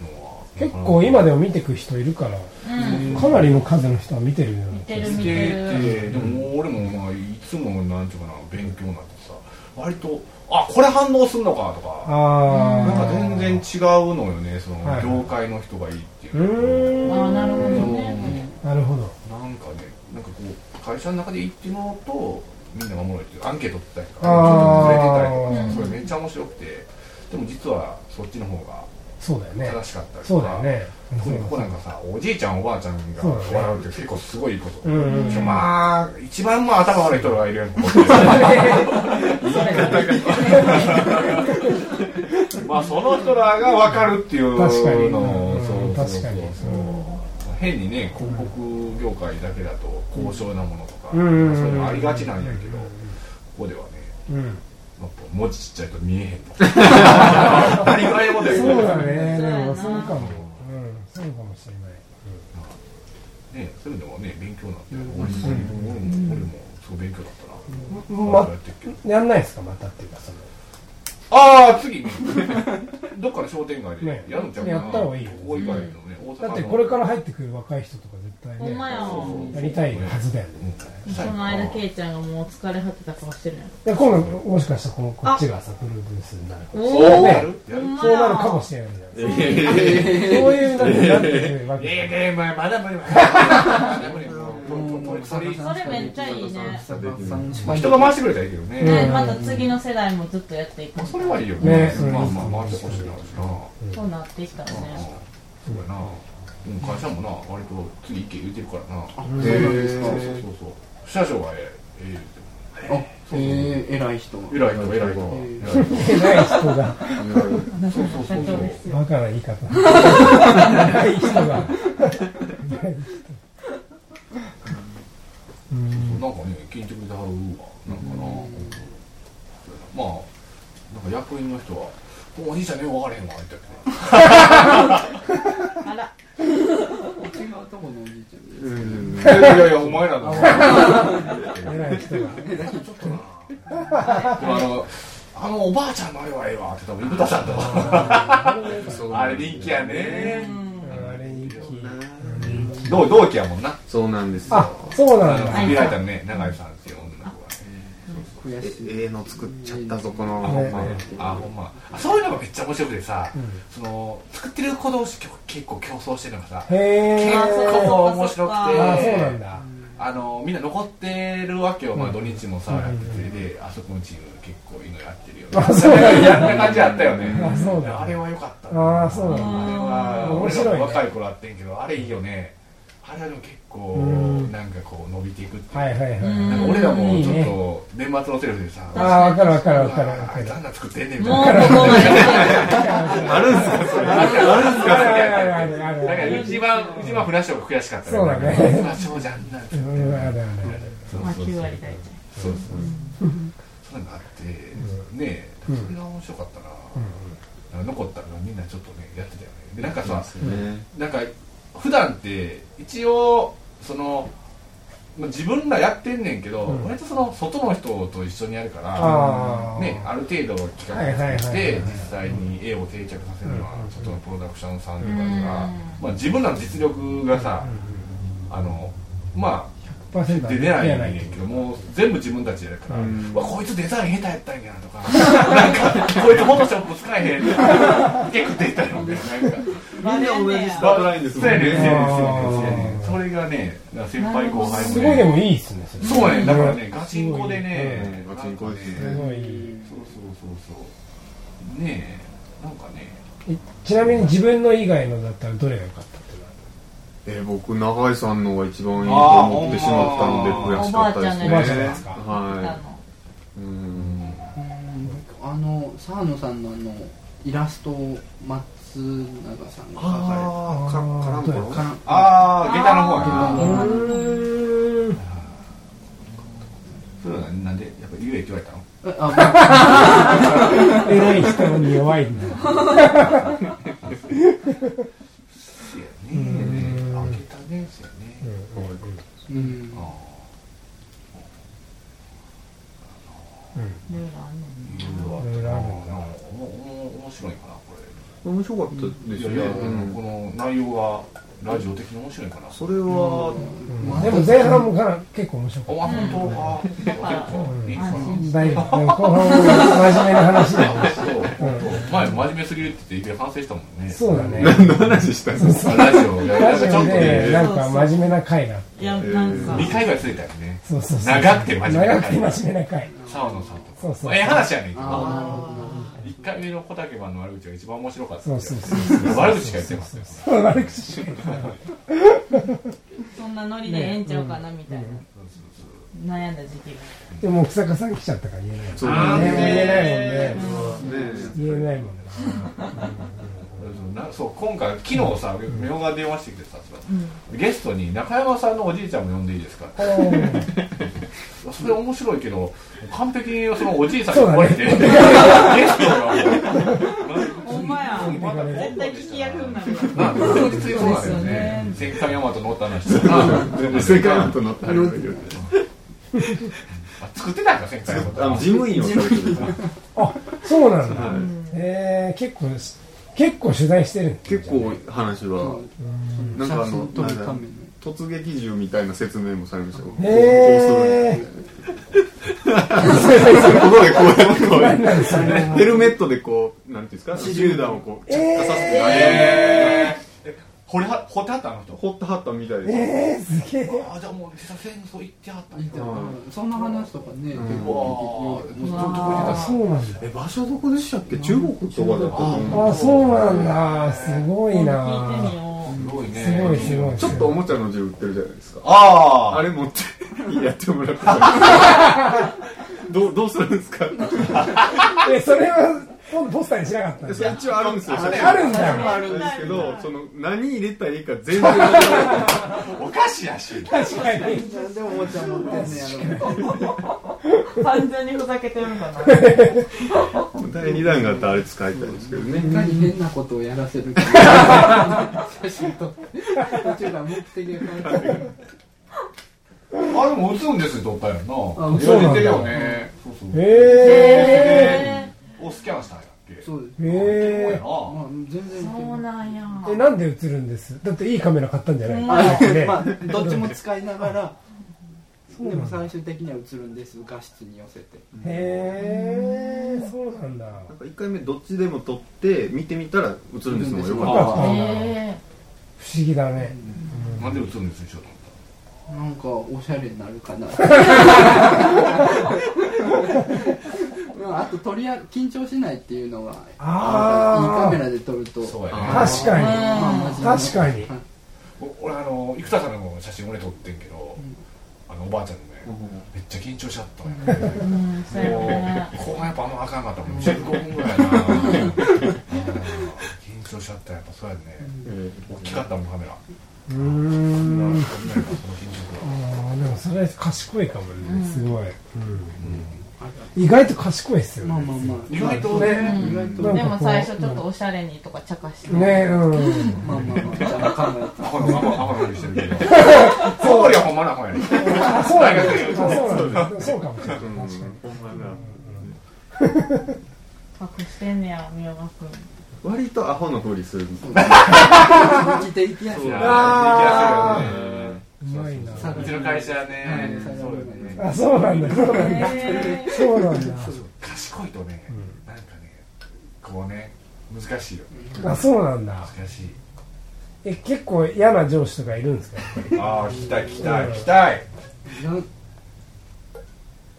Speaker 3: のは
Speaker 1: 結構今
Speaker 3: で
Speaker 1: でも見てく人いるから
Speaker 4: うん
Speaker 1: かなりの数の人は見てるよ
Speaker 4: 見
Speaker 1: ね
Speaker 4: てる見
Speaker 3: 見
Speaker 4: て
Speaker 3: て
Speaker 4: る
Speaker 3: てでも俺もまあいつもなんていうかな勉強になってさ割とあこれ反応すんのかとか
Speaker 1: ああ
Speaker 3: なんか全然違うのよねその
Speaker 1: はい
Speaker 3: 業界の人がいいっていう
Speaker 1: う
Speaker 3: の
Speaker 4: あ
Speaker 1: ー
Speaker 4: ー
Speaker 1: ん
Speaker 4: なるほど
Speaker 3: うん
Speaker 4: ね
Speaker 1: なるほど
Speaker 3: なんかねなんかこう会社の中でいいっていうのとみんながおもろいっていうアンケート取ったりとかちょっとずれてたり
Speaker 1: あ
Speaker 3: とか
Speaker 4: ー
Speaker 3: それめっちゃ面白くてでも実はそっちの方が
Speaker 1: そうだよね
Speaker 3: 正しかったりとか
Speaker 1: そうだよね
Speaker 3: 特にここなんかさおじいちゃんおばあちゃんが
Speaker 1: そうだね
Speaker 3: 笑うって結構すごいこと、
Speaker 1: うんうんうん
Speaker 3: まあ一番まあ頭悪い人がいるやんこ
Speaker 1: [laughs]
Speaker 3: こまあその人らが分かるっていうの
Speaker 1: 確かに
Speaker 3: を
Speaker 1: うん
Speaker 3: そうそうそ
Speaker 1: 確
Speaker 3: う
Speaker 1: かに
Speaker 3: そう変にね広告業界だけだと高尚なものとか、
Speaker 1: うんうんうん
Speaker 3: そういうのありがちなんやけど、ここではね
Speaker 1: うん
Speaker 3: やっぱ文字ちっちゃいと見えへ
Speaker 1: [laughs]
Speaker 3: んとか当たり前のことやけ
Speaker 1: そ
Speaker 3: ど
Speaker 1: うだね
Speaker 4: そう
Speaker 1: でも
Speaker 4: やな
Speaker 1: そうかもうんそうかもしれない
Speaker 3: ね、そういうのはね、勉強になってる、
Speaker 2: うん
Speaker 3: 俺も
Speaker 1: うん
Speaker 3: 俺も、俺もそう勉強だったな。
Speaker 1: うんま
Speaker 3: やってるけど
Speaker 1: やんないですかまたっていうかその
Speaker 3: ああ、次、ね、どっかの商店街
Speaker 1: ね
Speaker 3: でやるんちゃうかな。
Speaker 1: やった方がいいよ
Speaker 3: ここ以外のね、大阪の
Speaker 1: だってこれから入ってくる若い人とか絶対
Speaker 4: ほんまや
Speaker 1: ね
Speaker 4: ん
Speaker 1: やりたいはずだよね
Speaker 3: うん
Speaker 4: この間ケイちゃんがもう疲れ果てた顔してるやん
Speaker 1: で今度もしかしたらこのこっちがさプロデュースになるかもし
Speaker 3: おお、
Speaker 1: ね
Speaker 3: やるやる
Speaker 4: ほんま
Speaker 1: れないそ
Speaker 4: や
Speaker 1: うなるかもしれないじゃん
Speaker 5: えー
Speaker 1: そういうなんてなってくるわけ
Speaker 3: いやいや
Speaker 1: で
Speaker 3: いや、まあまだ無理。まだ無理もうこれこ
Speaker 4: それめっちゃいいね
Speaker 3: れ人が回してくれたらいいけどね。
Speaker 4: ね
Speaker 1: うん
Speaker 4: また次の世代もずっとやっていく
Speaker 3: まあそれはいいよ
Speaker 1: ね
Speaker 3: ね。まあまあ回してほしいな。う
Speaker 4: そうなっていったら
Speaker 3: ん
Speaker 4: ね
Speaker 3: そうやな。うん会社もな、割と次行け言ってるからな。
Speaker 2: そうなんですか
Speaker 3: そうそうそうそう。社長がええええ言って
Speaker 2: あえー偉い人
Speaker 3: 偉い人、偉い人。偉い人
Speaker 1: すない人が
Speaker 3: そうそう
Speaker 4: 社
Speaker 3: そうそ
Speaker 4: 長
Speaker 3: う
Speaker 4: ですよ
Speaker 1: バカな言い方ない人がない人うん
Speaker 3: なんかね、聞いてくれてはるわ。なんかな。まあ、なんか役員の人は、このお兄ちゃんね、分からへんわ、言ったけど。
Speaker 4: あら
Speaker 2: 違うとこのおじい [laughs] ちゃんで
Speaker 5: うん
Speaker 3: いやいやいや、お前らだな。
Speaker 1: 偉い人が
Speaker 3: ちょっとな。でもあの、あのおばあちゃんのあれはええわって多分、生田さんと
Speaker 5: そう
Speaker 3: [laughs] あれ人気やね。
Speaker 1: あれ人気
Speaker 3: 同同期やもんな。
Speaker 5: そうなんです
Speaker 1: あ
Speaker 5: よ
Speaker 1: そう
Speaker 3: あ
Speaker 1: な
Speaker 3: の、
Speaker 1: ん
Speaker 3: リ
Speaker 1: だ
Speaker 3: ーライターのね、永井さんっていう女の子がね。
Speaker 2: 悔しい
Speaker 5: ええの作っちゃったぞこの
Speaker 1: あ
Speaker 5: ほんま
Speaker 1: ね
Speaker 3: あほんまあそういうのがめっちゃ面白くてさ、
Speaker 1: ん
Speaker 3: その作ってる子同士結構競争してるのがさ
Speaker 1: へえ
Speaker 3: 結
Speaker 1: あ
Speaker 3: 構面白くて
Speaker 4: あ
Speaker 1: そうなんだ
Speaker 3: あのみんな残ってるわけよ、まあ、土日もさ、
Speaker 1: うん
Speaker 3: やっててであそこのチーム結構いいのやってるよね
Speaker 1: あそうなん
Speaker 3: やった感じあったよね
Speaker 1: あそうだ
Speaker 3: あれは良かった
Speaker 1: あーそうなんだ
Speaker 3: あれは
Speaker 1: 面白いね
Speaker 3: 俺らも若い頃あってんけどあれいいよねあれはでも結構
Speaker 1: うん
Speaker 3: なんかこう伸びていくっていう、
Speaker 1: はいはいは
Speaker 4: うん
Speaker 1: い
Speaker 3: なんか俺らもちょ
Speaker 1: いい
Speaker 3: っ
Speaker 1: ね
Speaker 3: と年末のセルフでさ
Speaker 1: ああわかるわかるわかるわ
Speaker 3: あ
Speaker 1: か
Speaker 3: い
Speaker 1: る
Speaker 3: つあんなん作ってんねんみたい
Speaker 4: もう
Speaker 3: な
Speaker 4: ここまで来てる
Speaker 5: あるんすかそれ
Speaker 1: あるあるある
Speaker 3: だ
Speaker 1: あ
Speaker 3: から
Speaker 1: る
Speaker 3: 一番、一番フラッシュが悔しかった
Speaker 1: そうだね
Speaker 3: フラッシュじゃんなんて。
Speaker 1: うんあるある
Speaker 3: そう
Speaker 4: まあ
Speaker 3: そうそう
Speaker 4: 9割大体
Speaker 3: そうそうそう。そういうのがあって、ねえ、
Speaker 1: うん
Speaker 3: それが面白かったな。なんか残ったらみんなちょっとね、やってたよね。で、なんかさ、
Speaker 5: ね
Speaker 3: なんか、普段って、一応、その、まあ自分らやってんねんけど、
Speaker 1: うん
Speaker 3: 割とその外の人と一緒にやるから
Speaker 1: あ、ー
Speaker 3: ね、ある程度企画
Speaker 1: はいは
Speaker 3: を
Speaker 1: い
Speaker 3: 作っ
Speaker 1: はいは
Speaker 3: て
Speaker 1: い
Speaker 3: 実際に絵を定着させるのは
Speaker 1: うん
Speaker 3: 外のプロダクションさんとか
Speaker 4: う
Speaker 3: が、
Speaker 4: ん
Speaker 3: まあ、自分らの実力がさ、あのま
Speaker 1: パーセント
Speaker 3: あ
Speaker 1: 上
Speaker 3: 出れ
Speaker 1: げ
Speaker 3: ない
Speaker 1: れ
Speaker 3: んやけども全部自分たちでやるから、
Speaker 5: うん
Speaker 3: うわこいつデザイン下手やったんやとか [laughs] なんかこいつフォトショップ使えへんとか結構出たよねなんか
Speaker 5: みんな同じスタートラインですも
Speaker 3: そ
Speaker 5: ん
Speaker 3: うやねんそうやねんそうやね
Speaker 1: あー
Speaker 3: んそれがねなんか先輩後輩も、ね、
Speaker 1: すごいでもいいっすねれ
Speaker 3: そうやねんだからねガチンコでね、
Speaker 5: うんガチンコですね
Speaker 1: すごい
Speaker 3: そうそうそうそうねえなんかね
Speaker 1: えちなみに自分の以外のだったらどれが良かったってな
Speaker 5: えー僕永井さんのが一番いいと思ってしまったので
Speaker 3: あー
Speaker 5: 悔しかったですね
Speaker 4: おばあちゃんの
Speaker 1: やつ
Speaker 5: は
Speaker 4: の
Speaker 5: いうん
Speaker 2: うん僕あの澤野さんのあのイラストマッチ永さんが書か
Speaker 5: ああ、カランコロ
Speaker 2: れたかな
Speaker 5: ああ、下駄の方や
Speaker 4: あ
Speaker 5: な。
Speaker 4: ー
Speaker 3: それはなんでやっぱ遊泳って言われたの
Speaker 2: えあ、まあ
Speaker 1: 偉い人に弱いんだ。
Speaker 3: せやね
Speaker 1: うん
Speaker 3: あげたねせやね
Speaker 2: うん
Speaker 3: あ
Speaker 4: いろいろあんねんね
Speaker 3: ーうわ
Speaker 1: いろいろあるんだ
Speaker 3: なんかおもおも面白いかなこ
Speaker 5: 面白かった
Speaker 3: れ
Speaker 5: ですよ
Speaker 3: いやいや、
Speaker 5: ね。
Speaker 3: この内容はラジオ的に面白いかな
Speaker 5: それは、
Speaker 1: でも前半もかな結構面白かっ
Speaker 3: あ本当あ
Speaker 1: うん
Speaker 3: 結構いいかな
Speaker 4: 安
Speaker 1: た。だいぶ、でも後半も真面目な話だ。
Speaker 3: そう前真面目すぎるって言って一回反省したもんね
Speaker 1: そうだね。
Speaker 5: 何の話したんですか
Speaker 3: あラジオや
Speaker 1: ラ
Speaker 3: っ
Speaker 1: ジ
Speaker 3: ぱちゃ
Speaker 1: オ
Speaker 3: んと
Speaker 1: で、
Speaker 3: ね
Speaker 1: なんか真面目な回な。
Speaker 4: いやなんか
Speaker 3: 2回ぐらいついたよね
Speaker 1: そうそうそう。
Speaker 3: 長くて真面目な
Speaker 1: 長くて
Speaker 3: 回
Speaker 1: 真面目な回。
Speaker 3: 沢野さんとか
Speaker 1: そうそう
Speaker 3: まあええ話やねんけど
Speaker 2: あーなるほどなるほど
Speaker 3: 一回目の小竹番の悪口が一番面白かった
Speaker 1: そう
Speaker 3: です
Speaker 1: そう
Speaker 3: よ
Speaker 1: そう。
Speaker 3: 悪口しか言ってますよ
Speaker 1: そう悪口しか言ってない
Speaker 4: そんなノリでええんちゃうかなみたいな悩んだ時期
Speaker 1: でも、草加さん来ちゃったから言えない。
Speaker 5: そう
Speaker 3: あー
Speaker 1: ね
Speaker 3: ね
Speaker 1: 言えないもんね。
Speaker 5: ね
Speaker 1: 言えないもんね。
Speaker 3: なそう今回昨日さ明が電話してきてさゲストに中山さんのおじいちゃんも呼んでいいですか
Speaker 1: おー
Speaker 3: それ面白いけど完璧にそのおじいさんに壊れて、ゲストが
Speaker 4: ほんまや
Speaker 3: まだ
Speaker 4: 絶対聞き役になる
Speaker 3: まあ、確実にそうなんだよね。戦艦ヤマト乗った話とか。
Speaker 5: 全然世界観となったあれだけど
Speaker 3: あ作ってたんか、戦艦ヤマト。
Speaker 5: あの事務員をされてる
Speaker 1: そうなんだ。
Speaker 5: はい
Speaker 1: えー、結構し、結構取材してるんだ
Speaker 5: 結構話はなんかあ
Speaker 2: 写
Speaker 5: の
Speaker 2: 真撮るために
Speaker 5: 突撃銃みたいな説明もされましたよこうこうするんや
Speaker 1: へ
Speaker 5: みたいなここでこうやってこうやって
Speaker 1: それは
Speaker 5: ヘルメットでこうなんていうんですか銃弾をこう着火させて
Speaker 3: えーえ掘りは、掘ってあったあの人。
Speaker 5: 掘ったはったみたいです
Speaker 1: えー、すげえ。
Speaker 3: ああ、じゃあもう、実際戦争行ってはったん
Speaker 2: いい
Speaker 3: や
Speaker 2: じゃんそんな話とかね、結
Speaker 3: うわ
Speaker 2: 構
Speaker 3: ー
Speaker 2: 聞いて
Speaker 3: ど
Speaker 2: て
Speaker 3: ど
Speaker 2: よ
Speaker 3: こ
Speaker 2: か
Speaker 3: 行
Speaker 2: っ
Speaker 3: ったてた
Speaker 1: あ、そう
Speaker 3: んすか
Speaker 1: なんだ。
Speaker 5: え場所どこでしたっけ中国とかだったと思う
Speaker 1: あ、そうなんだ。すごい
Speaker 4: 聞いてみ
Speaker 1: な。
Speaker 4: よ
Speaker 3: すごいね。
Speaker 1: すごいすごい。
Speaker 5: ちょっとおもちゃの銃売ってるじゃないですか
Speaker 3: あ
Speaker 5: あ
Speaker 3: あ、
Speaker 5: れ持ってやってもらってたどうどうするんですか
Speaker 1: え、それは、ポスターにしなかったん
Speaker 5: で
Speaker 1: だ
Speaker 5: それ一応あるんですよ
Speaker 3: あれ
Speaker 1: あるん
Speaker 5: です
Speaker 1: だ。
Speaker 5: あるんですけどその何入れたらいいか全然わからない
Speaker 3: お菓子やし。
Speaker 1: 確かに。
Speaker 2: でもおもちゃもねやろ
Speaker 4: う完全にふざけてるんだな
Speaker 5: 第2弾があったらあれ使いたいですけどね
Speaker 2: いかに変なことをやらせるか写真撮って途中から目的が変わってくる
Speaker 3: あれも撃つんですよ、撮ったよな。
Speaker 2: あ
Speaker 1: そうなんだ
Speaker 3: 言われてるよね。そうそう。
Speaker 1: え
Speaker 4: へ
Speaker 3: をスキャンしたんやっけ。
Speaker 2: そうです
Speaker 1: ー。
Speaker 3: そうや
Speaker 1: えー。
Speaker 2: ま
Speaker 3: な。
Speaker 2: あ全然いけ
Speaker 4: ー
Speaker 2: る
Speaker 4: そうなんや
Speaker 1: え、なんで映るんですだっていいカメラ買ったんじゃない
Speaker 4: あ
Speaker 1: ね
Speaker 2: まあどっちも使いながら
Speaker 1: そうな
Speaker 2: で
Speaker 1: んだ
Speaker 2: も最終的には映るんです画質に寄せて
Speaker 1: へえ、そうなんだ。
Speaker 5: なんか1回目どっちでも撮って見てみたら映るんですもんよかっ
Speaker 3: あ
Speaker 4: へ
Speaker 1: 不思議だね。
Speaker 3: なんで撃つんですよ、ちょっと。
Speaker 2: なんかおしゃれになるかなうんあと撮りあ緊張しないっていうのは
Speaker 1: あー
Speaker 2: いいカメラで撮ると
Speaker 3: そうやね。
Speaker 1: 確かに。
Speaker 2: まあ真面目な
Speaker 1: 確かに
Speaker 2: はい
Speaker 3: お俺あの生田さんの写真俺撮ってんけど、あのおばあちゃんのね、めっちゃ緊張しちゃったんやね、
Speaker 4: えうんそうやね
Speaker 3: 後半やっぱあんまあかんかったもん15分ぐらいなうん [laughs] 緊張しちゃったやっぱそうやね、
Speaker 5: た、え
Speaker 3: 大きかったもんカメラ、
Speaker 1: うーん。
Speaker 3: そんなんやっぱその緊張が
Speaker 1: ああでもそれ賢いかもね、すごい、
Speaker 2: あ
Speaker 1: 意外と賢いっすよね、
Speaker 2: まあまあまあ
Speaker 3: 意外とね
Speaker 2: 意外と
Speaker 1: うん
Speaker 4: でも最初ちょっとおしゃれにとか茶化して
Speaker 1: ねうん
Speaker 2: まあまあまあじゃあカメラ
Speaker 3: アホのアホのアホのふり [laughs] してるけどそこよりはほんまのアホやね
Speaker 1: あそうなんだあそうなんだでもそうかもしれない
Speaker 5: うん
Speaker 1: 確かに
Speaker 5: ほんまだ
Speaker 4: 隠してんねやみよがくん
Speaker 5: 割とアホのふりするんですよ
Speaker 2: 生きていきやすい
Speaker 3: いや
Speaker 1: あ
Speaker 3: ー行きやすいよね
Speaker 1: うまいな
Speaker 3: うちの会社ね、
Speaker 2: うん
Speaker 3: そうよね
Speaker 1: あそうなんだそうなんだ
Speaker 4: へー
Speaker 1: そうなんだ
Speaker 3: 賢いとね、なんかねこうね難しいよ
Speaker 1: あそうなんだ
Speaker 3: 難しい
Speaker 1: え結構嫌な上司とかいるんですか
Speaker 3: ああ来たい来たい来たい
Speaker 2: いやい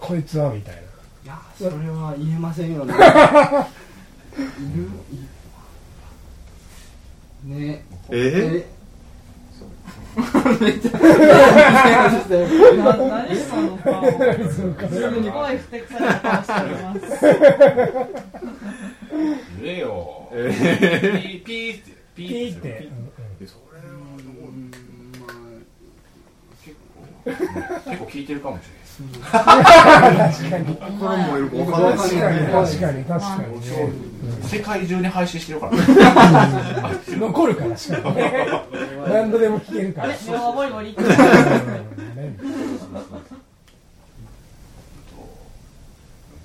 Speaker 1: こいつはみたい
Speaker 2: やそれは言えませんよねいるいねえ
Speaker 5: え
Speaker 3: [laughs]
Speaker 2: めっちゃ
Speaker 4: な何その顔す
Speaker 3: す
Speaker 4: ごい不適切な顔しております
Speaker 3: 言えよ
Speaker 5: え
Speaker 3: ピーピーって
Speaker 1: ピ
Speaker 3: ピー
Speaker 1: ー
Speaker 3: っ
Speaker 1: ってて、
Speaker 5: ーそれは
Speaker 2: うんまあ
Speaker 3: 結構結構聞いてるかもし
Speaker 2: その
Speaker 1: うんうん確かに
Speaker 5: ここからもいるか分かんない
Speaker 1: 確
Speaker 5: し
Speaker 1: かに確か
Speaker 2: ね
Speaker 1: に確か
Speaker 3: れない
Speaker 1: に
Speaker 3: です
Speaker 1: ね
Speaker 3: 世界中に配信してるから [laughs]
Speaker 1: 残るからしかもね何度でも聞けるか
Speaker 4: あ
Speaker 1: ら
Speaker 4: れ、電話ボリボリ。
Speaker 1: うんね
Speaker 3: ほ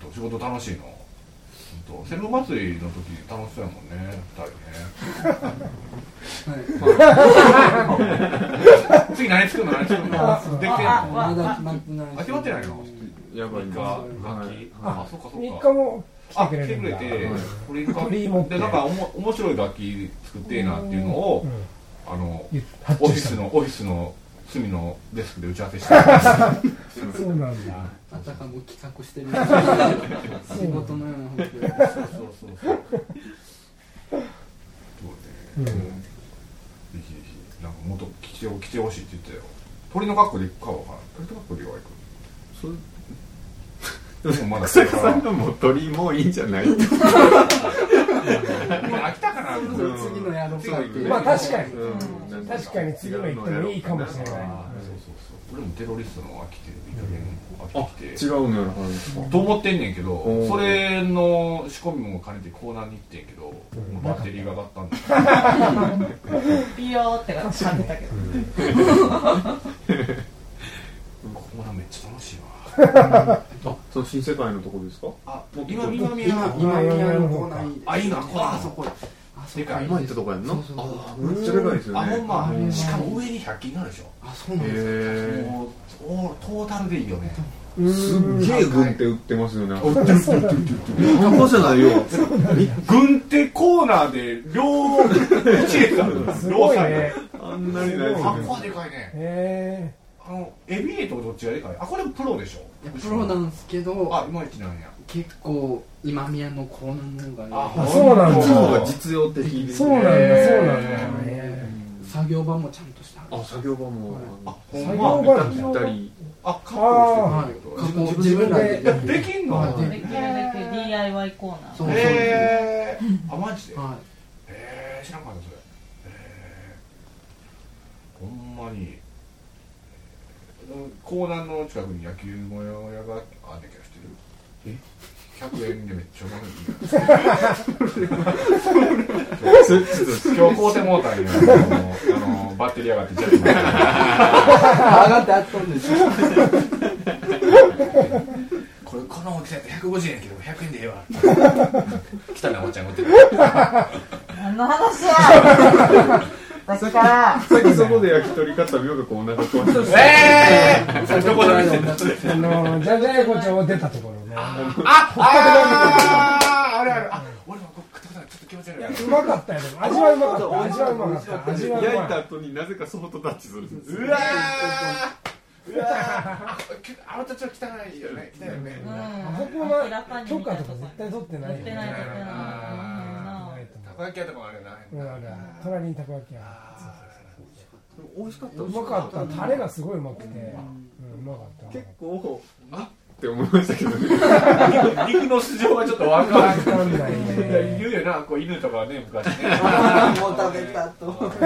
Speaker 3: んと仕事楽しいのほんとセブン祭りの時楽しそうやもんね二人ね
Speaker 2: はい
Speaker 3: 次何作るの何作る
Speaker 1: [laughs]
Speaker 2: あ
Speaker 3: のできてん
Speaker 4: あ
Speaker 3: の
Speaker 2: まだ決まってない
Speaker 3: あ決まってないの
Speaker 5: やばい
Speaker 3: 楽器
Speaker 5: な
Speaker 3: あそっかそ
Speaker 1: 3
Speaker 3: っ
Speaker 1: 日
Speaker 3: か
Speaker 1: も来
Speaker 3: あ
Speaker 1: てくれ
Speaker 3: 来て
Speaker 1: るん
Speaker 3: くれ
Speaker 1: だ
Speaker 3: て
Speaker 5: はい
Speaker 3: これ楽
Speaker 1: 鳥居持っ
Speaker 3: 器
Speaker 1: て
Speaker 3: でなんかおも面白い楽器作ってえなっていうのを
Speaker 1: うん
Speaker 3: あの
Speaker 1: 言っ発
Speaker 3: オフ
Speaker 1: 注
Speaker 3: ィ
Speaker 1: した
Speaker 3: ス
Speaker 1: の
Speaker 3: のオフィスの隅のデスクで打ち合わせ
Speaker 1: [laughs]
Speaker 3: してた
Speaker 1: そうなんだ
Speaker 2: あたかも企画してる仕事のような本当に
Speaker 3: そうそうそうそうそう
Speaker 1: うん
Speaker 3: ねぜひぜひなんかもっと来て来てほしいって言ってたよ鳥の格好で行くかは分からん鳥の格好で行く
Speaker 5: それ
Speaker 3: でもまだ
Speaker 5: 草木さんがもう鳥もいいんじゃないって
Speaker 3: もう飽きたかなと思って
Speaker 2: そろそろ次のやろうかっていう
Speaker 1: まあ確かに
Speaker 5: うん
Speaker 1: 確かに次は行ってもいいかもしれない
Speaker 3: あーそうそうそう俺もテロリストの飽きてるいい加減飽きてき
Speaker 5: 違
Speaker 3: て
Speaker 5: うのよな話か
Speaker 3: と思ってんねんけ
Speaker 5: お
Speaker 3: ど
Speaker 5: ー
Speaker 3: それの仕込みも兼ねてコーナーに行ってんけどもうバッテリーが上がったんだ
Speaker 4: ピヨーって感じてたけど。
Speaker 3: コーナーめっちゃ楽しいわ
Speaker 5: あその新世界のとこですか
Speaker 3: あ今南
Speaker 2: 今
Speaker 3: 山
Speaker 2: 今宮のコーナーに
Speaker 3: あいいなコーナー
Speaker 2: あそこあそ
Speaker 3: で
Speaker 2: こ
Speaker 3: かい
Speaker 5: 今行ったとこやんな
Speaker 2: そうそうそう
Speaker 5: あめっちゃでかいですよ
Speaker 3: あ
Speaker 5: ね
Speaker 3: ほんま
Speaker 2: うん
Speaker 3: しかも上に100均があるでしょ
Speaker 2: あそうなんです
Speaker 5: へえ
Speaker 3: もうおトータルでいいよね
Speaker 5: すっげえ軍手売ってますよね
Speaker 3: 売ってる売ってる売ってる
Speaker 5: 半端じゃないよ
Speaker 3: 軍手コーナーで両一列ある
Speaker 1: [laughs] す
Speaker 3: 両
Speaker 1: ごい
Speaker 3: サイド
Speaker 1: ね
Speaker 5: あんなにないです
Speaker 3: あ
Speaker 5: よ
Speaker 3: こ
Speaker 5: ね
Speaker 3: こはでかいね
Speaker 1: へ
Speaker 3: あのエビエイとどっちがでかいあこれもプロでしょ
Speaker 2: いやプロなんですけど
Speaker 3: あいまいちなんや
Speaker 2: 結構今宮のコーナーの方が
Speaker 1: あ
Speaker 2: ね
Speaker 1: そうなんだ
Speaker 5: こっちの方が実用的
Speaker 1: え
Speaker 5: で
Speaker 1: そうなんだ
Speaker 3: へー
Speaker 1: そうなんだね
Speaker 2: 作業場もちゃんとした
Speaker 5: あ作業場も
Speaker 3: あ
Speaker 5: あ
Speaker 3: ほん
Speaker 1: 作
Speaker 3: ま
Speaker 1: 業
Speaker 5: ぴっ
Speaker 1: 場
Speaker 5: たりぴったり
Speaker 3: あカッ
Speaker 2: は
Speaker 3: プ
Speaker 2: い
Speaker 3: ルしてくれ
Speaker 2: 加工自
Speaker 3: るって
Speaker 5: 自分
Speaker 2: 分ら
Speaker 1: 自
Speaker 3: 分で
Speaker 2: で
Speaker 3: できんの
Speaker 2: はい
Speaker 4: できるだけ DIY コーナ
Speaker 2: そ
Speaker 4: ー。
Speaker 2: う
Speaker 3: ことへえあマジでへ
Speaker 2: は
Speaker 3: え知らんかったそれへえほんまにえー港南の近くに野球小屋があんねんけど知ってる100円でめっちゃうまいんだ
Speaker 5: ちょちょっと
Speaker 3: 今日買うてもうたんやあのあのバッテリー上がってちゃう
Speaker 2: い上がってあったんですよ
Speaker 3: これこの大きさやったら150円やけど100円でええわ汚いおっちゃん持ってる
Speaker 4: 何の話やだから、
Speaker 5: さっきそこで焼き鳥買った美容がこうお腹壊してた
Speaker 3: ええ
Speaker 2: [laughs]
Speaker 3: ー、どこだ見てんの
Speaker 1: あのじゃんじゃん横丁出たところね
Speaker 3: ああーあるあるあ俺もこう食ったことあるちょっと気持ち悪いな
Speaker 1: うまかったよでも味はうまかった味はうまかった味はう
Speaker 5: 焼い
Speaker 1: ま
Speaker 5: た
Speaker 1: かっ
Speaker 5: 後になぜかソフトタッチするんですよ
Speaker 3: うわーうわーあけあなたちょっと汚いよね汚いよね
Speaker 4: うん、
Speaker 1: たそこ
Speaker 4: 明らか
Speaker 1: は
Speaker 4: に
Speaker 1: 許
Speaker 4: 見
Speaker 1: 可
Speaker 4: た
Speaker 1: と
Speaker 4: と
Speaker 1: か
Speaker 4: こ
Speaker 1: 絶対取ってないよ
Speaker 4: 取ってない取ってない
Speaker 1: な
Speaker 3: あ
Speaker 1: いと思
Speaker 3: ーた
Speaker 1: う
Speaker 3: こ焼き屋とかもあるよな
Speaker 1: うんあれ隣にたこ焼き屋
Speaker 5: 美味しかった
Speaker 1: うまかったタレがすごいうまくてうんうまかった
Speaker 5: 結構あって思いましたけどね
Speaker 3: 肉の素性はちょっとわから
Speaker 1: わ
Speaker 3: ん
Speaker 1: かんないね
Speaker 3: 言うよなこう犬とかね昔ね
Speaker 2: あーもう食べたと思って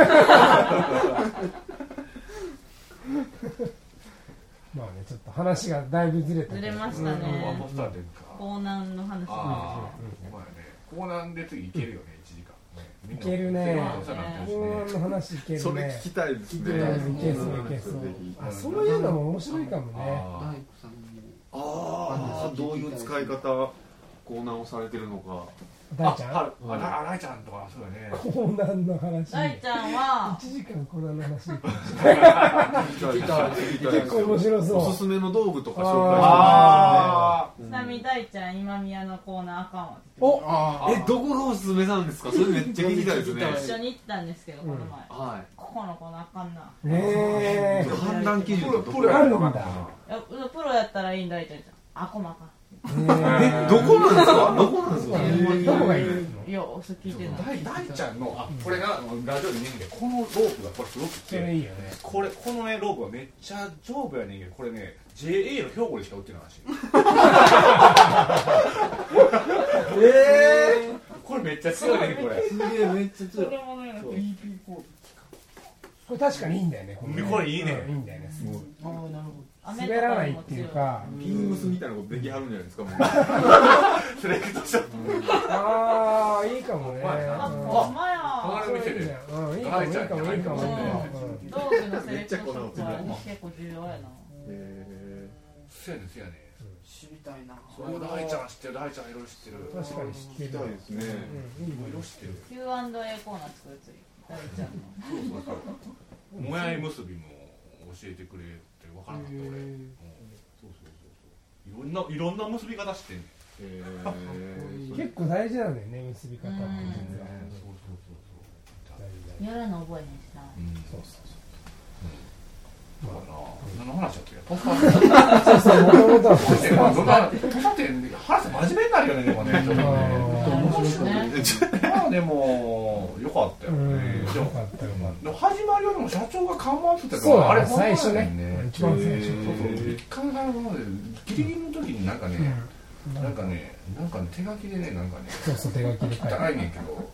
Speaker 1: まあねちょっと話がだいぶずれた
Speaker 4: ず
Speaker 1: けど
Speaker 4: れまし
Speaker 3: う
Speaker 4: た
Speaker 3: んワン
Speaker 4: ね
Speaker 3: ポ。スターというか
Speaker 4: コーナーの話。
Speaker 3: ああ、お前ね、コーナーで次行けるよね、1時間。ね
Speaker 1: いけるね
Speaker 3: お世話になってるし
Speaker 1: 公安の
Speaker 3: ね
Speaker 1: 話いけ
Speaker 5: そ
Speaker 1: る
Speaker 5: れ
Speaker 1: ね
Speaker 5: 聞きたいです
Speaker 2: 聞きたいです
Speaker 1: い
Speaker 5: ね
Speaker 1: けそういけそうあそういうのも面白いかもね
Speaker 2: 大工
Speaker 3: ああ
Speaker 2: さんも
Speaker 5: ああどういう使い方コーナーをされてるのか
Speaker 1: 大ちゃん
Speaker 3: あ、あら、あらいちゃんとか、そうだね。
Speaker 1: 公安の話
Speaker 4: 大ちゃんは、
Speaker 1: 1時間公安の話
Speaker 5: 聞きたい聞きたい
Speaker 1: 結構面白そう
Speaker 5: おすすめの道具とか紹
Speaker 3: あ
Speaker 4: ちなみに
Speaker 5: 介してます
Speaker 4: 大ちゃん、今宮のコーナーあかんわって
Speaker 1: お
Speaker 2: あ
Speaker 5: えどこがおすすめなんですかそれめっちゃ聞きたいですね
Speaker 2: めっちゃ聞きたい
Speaker 4: 一緒に行ったんですけど、この前。
Speaker 5: は
Speaker 4: ここのコーナーあかんな。
Speaker 1: ねえ
Speaker 5: い判断基準とどこ
Speaker 3: プロ
Speaker 1: あるんだ
Speaker 4: いやプロやったらいいんだ、大ちゃん。あ、こまか
Speaker 1: ね
Speaker 5: えどこなんですかどこなんですか
Speaker 1: えどこがいいの
Speaker 4: ん。いや、それ聞いてない。
Speaker 3: 大大ちゃんの、あ、これが、ラジオで見えんけど、このロープがこれすごく
Speaker 1: それい
Speaker 3: て、
Speaker 1: いよね
Speaker 3: これ、このね、ロープがめっちゃ丈夫やねんけど、これね、JA の兵庫でし [laughs] か売ってないらしい。
Speaker 5: え
Speaker 3: ここれめっちゃ強いねこれ
Speaker 2: すげえめっちゃ強い
Speaker 4: 供のような
Speaker 3: そう
Speaker 4: ピ
Speaker 1: これ確かにいいんだよねこ
Speaker 3: これいいね
Speaker 1: うんいいんだよね
Speaker 5: もう
Speaker 2: ああなるほ
Speaker 4: 雨と
Speaker 1: 滑ら
Speaker 4: か
Speaker 1: な
Speaker 4: に
Speaker 1: いっ
Speaker 4: も
Speaker 1: てい
Speaker 4: 強
Speaker 1: うか
Speaker 5: ピングスみたいなことできはるんじゃないですかもう
Speaker 3: セレクトショップ
Speaker 1: ああいいかもね
Speaker 3: うまい
Speaker 4: あ、
Speaker 3: な
Speaker 1: うん
Speaker 4: ほんまや
Speaker 3: あれ見てる
Speaker 1: うんいいかもいいかもいいかも
Speaker 4: う
Speaker 1: いい
Speaker 4: ん
Speaker 1: かもうん
Speaker 4: 道具のセレクトショップは結構重要やな
Speaker 5: え
Speaker 3: せやねんせやねん
Speaker 2: ど知りたいな
Speaker 3: そう大ちゃん知ってる大ちゃんいろいろ知ってる
Speaker 1: 確かに知って
Speaker 5: ー、
Speaker 1: る
Speaker 5: 痛
Speaker 1: わ
Speaker 5: いですね、
Speaker 1: うんいい
Speaker 3: いろいろ
Speaker 1: ね
Speaker 3: 知ってる
Speaker 4: Q&A コーナー作る次大ちゃん
Speaker 3: そう
Speaker 4: の
Speaker 3: そうそうもやい結びも教えてくれって分からなかっ
Speaker 2: へー
Speaker 3: た俺うんそうそうそうそういろんないろんな結び方知ってんねん
Speaker 5: え
Speaker 2: うん
Speaker 5: ー、
Speaker 1: 結構大事なんだよね結び方って
Speaker 3: そう
Speaker 1: 実は大
Speaker 3: そうそうそう
Speaker 1: 事だよ
Speaker 4: やらな覚えへんしな
Speaker 3: うん
Speaker 1: そ
Speaker 3: そうう
Speaker 1: そうそうま
Speaker 3: だな何の話だったっけポスター
Speaker 1: あそうそうもともとは
Speaker 3: ポスターどんなポスターって話真面目になるよねでもねちょっとね
Speaker 1: あ
Speaker 4: 面白いね
Speaker 3: まあでもよかった
Speaker 1: ー
Speaker 3: よ
Speaker 1: う
Speaker 3: ね
Speaker 1: ん
Speaker 3: で
Speaker 1: よ
Speaker 3: も
Speaker 1: かったよかっ
Speaker 3: でも始まりはでも社長が緩和って言
Speaker 1: た
Speaker 3: った
Speaker 1: そう
Speaker 3: あ
Speaker 1: だ
Speaker 3: れ
Speaker 1: ね
Speaker 3: 本当だ
Speaker 1: 最
Speaker 3: よ
Speaker 1: 初ね一番最初
Speaker 5: え
Speaker 3: そうそう一回のものでギリギリの時になんかね、
Speaker 1: うん
Speaker 3: なんかね、なんかね、手書きでね、なんかね、
Speaker 1: そうそう手書きで書いて
Speaker 3: 高いねんけど、
Speaker 1: うん
Speaker 3: うん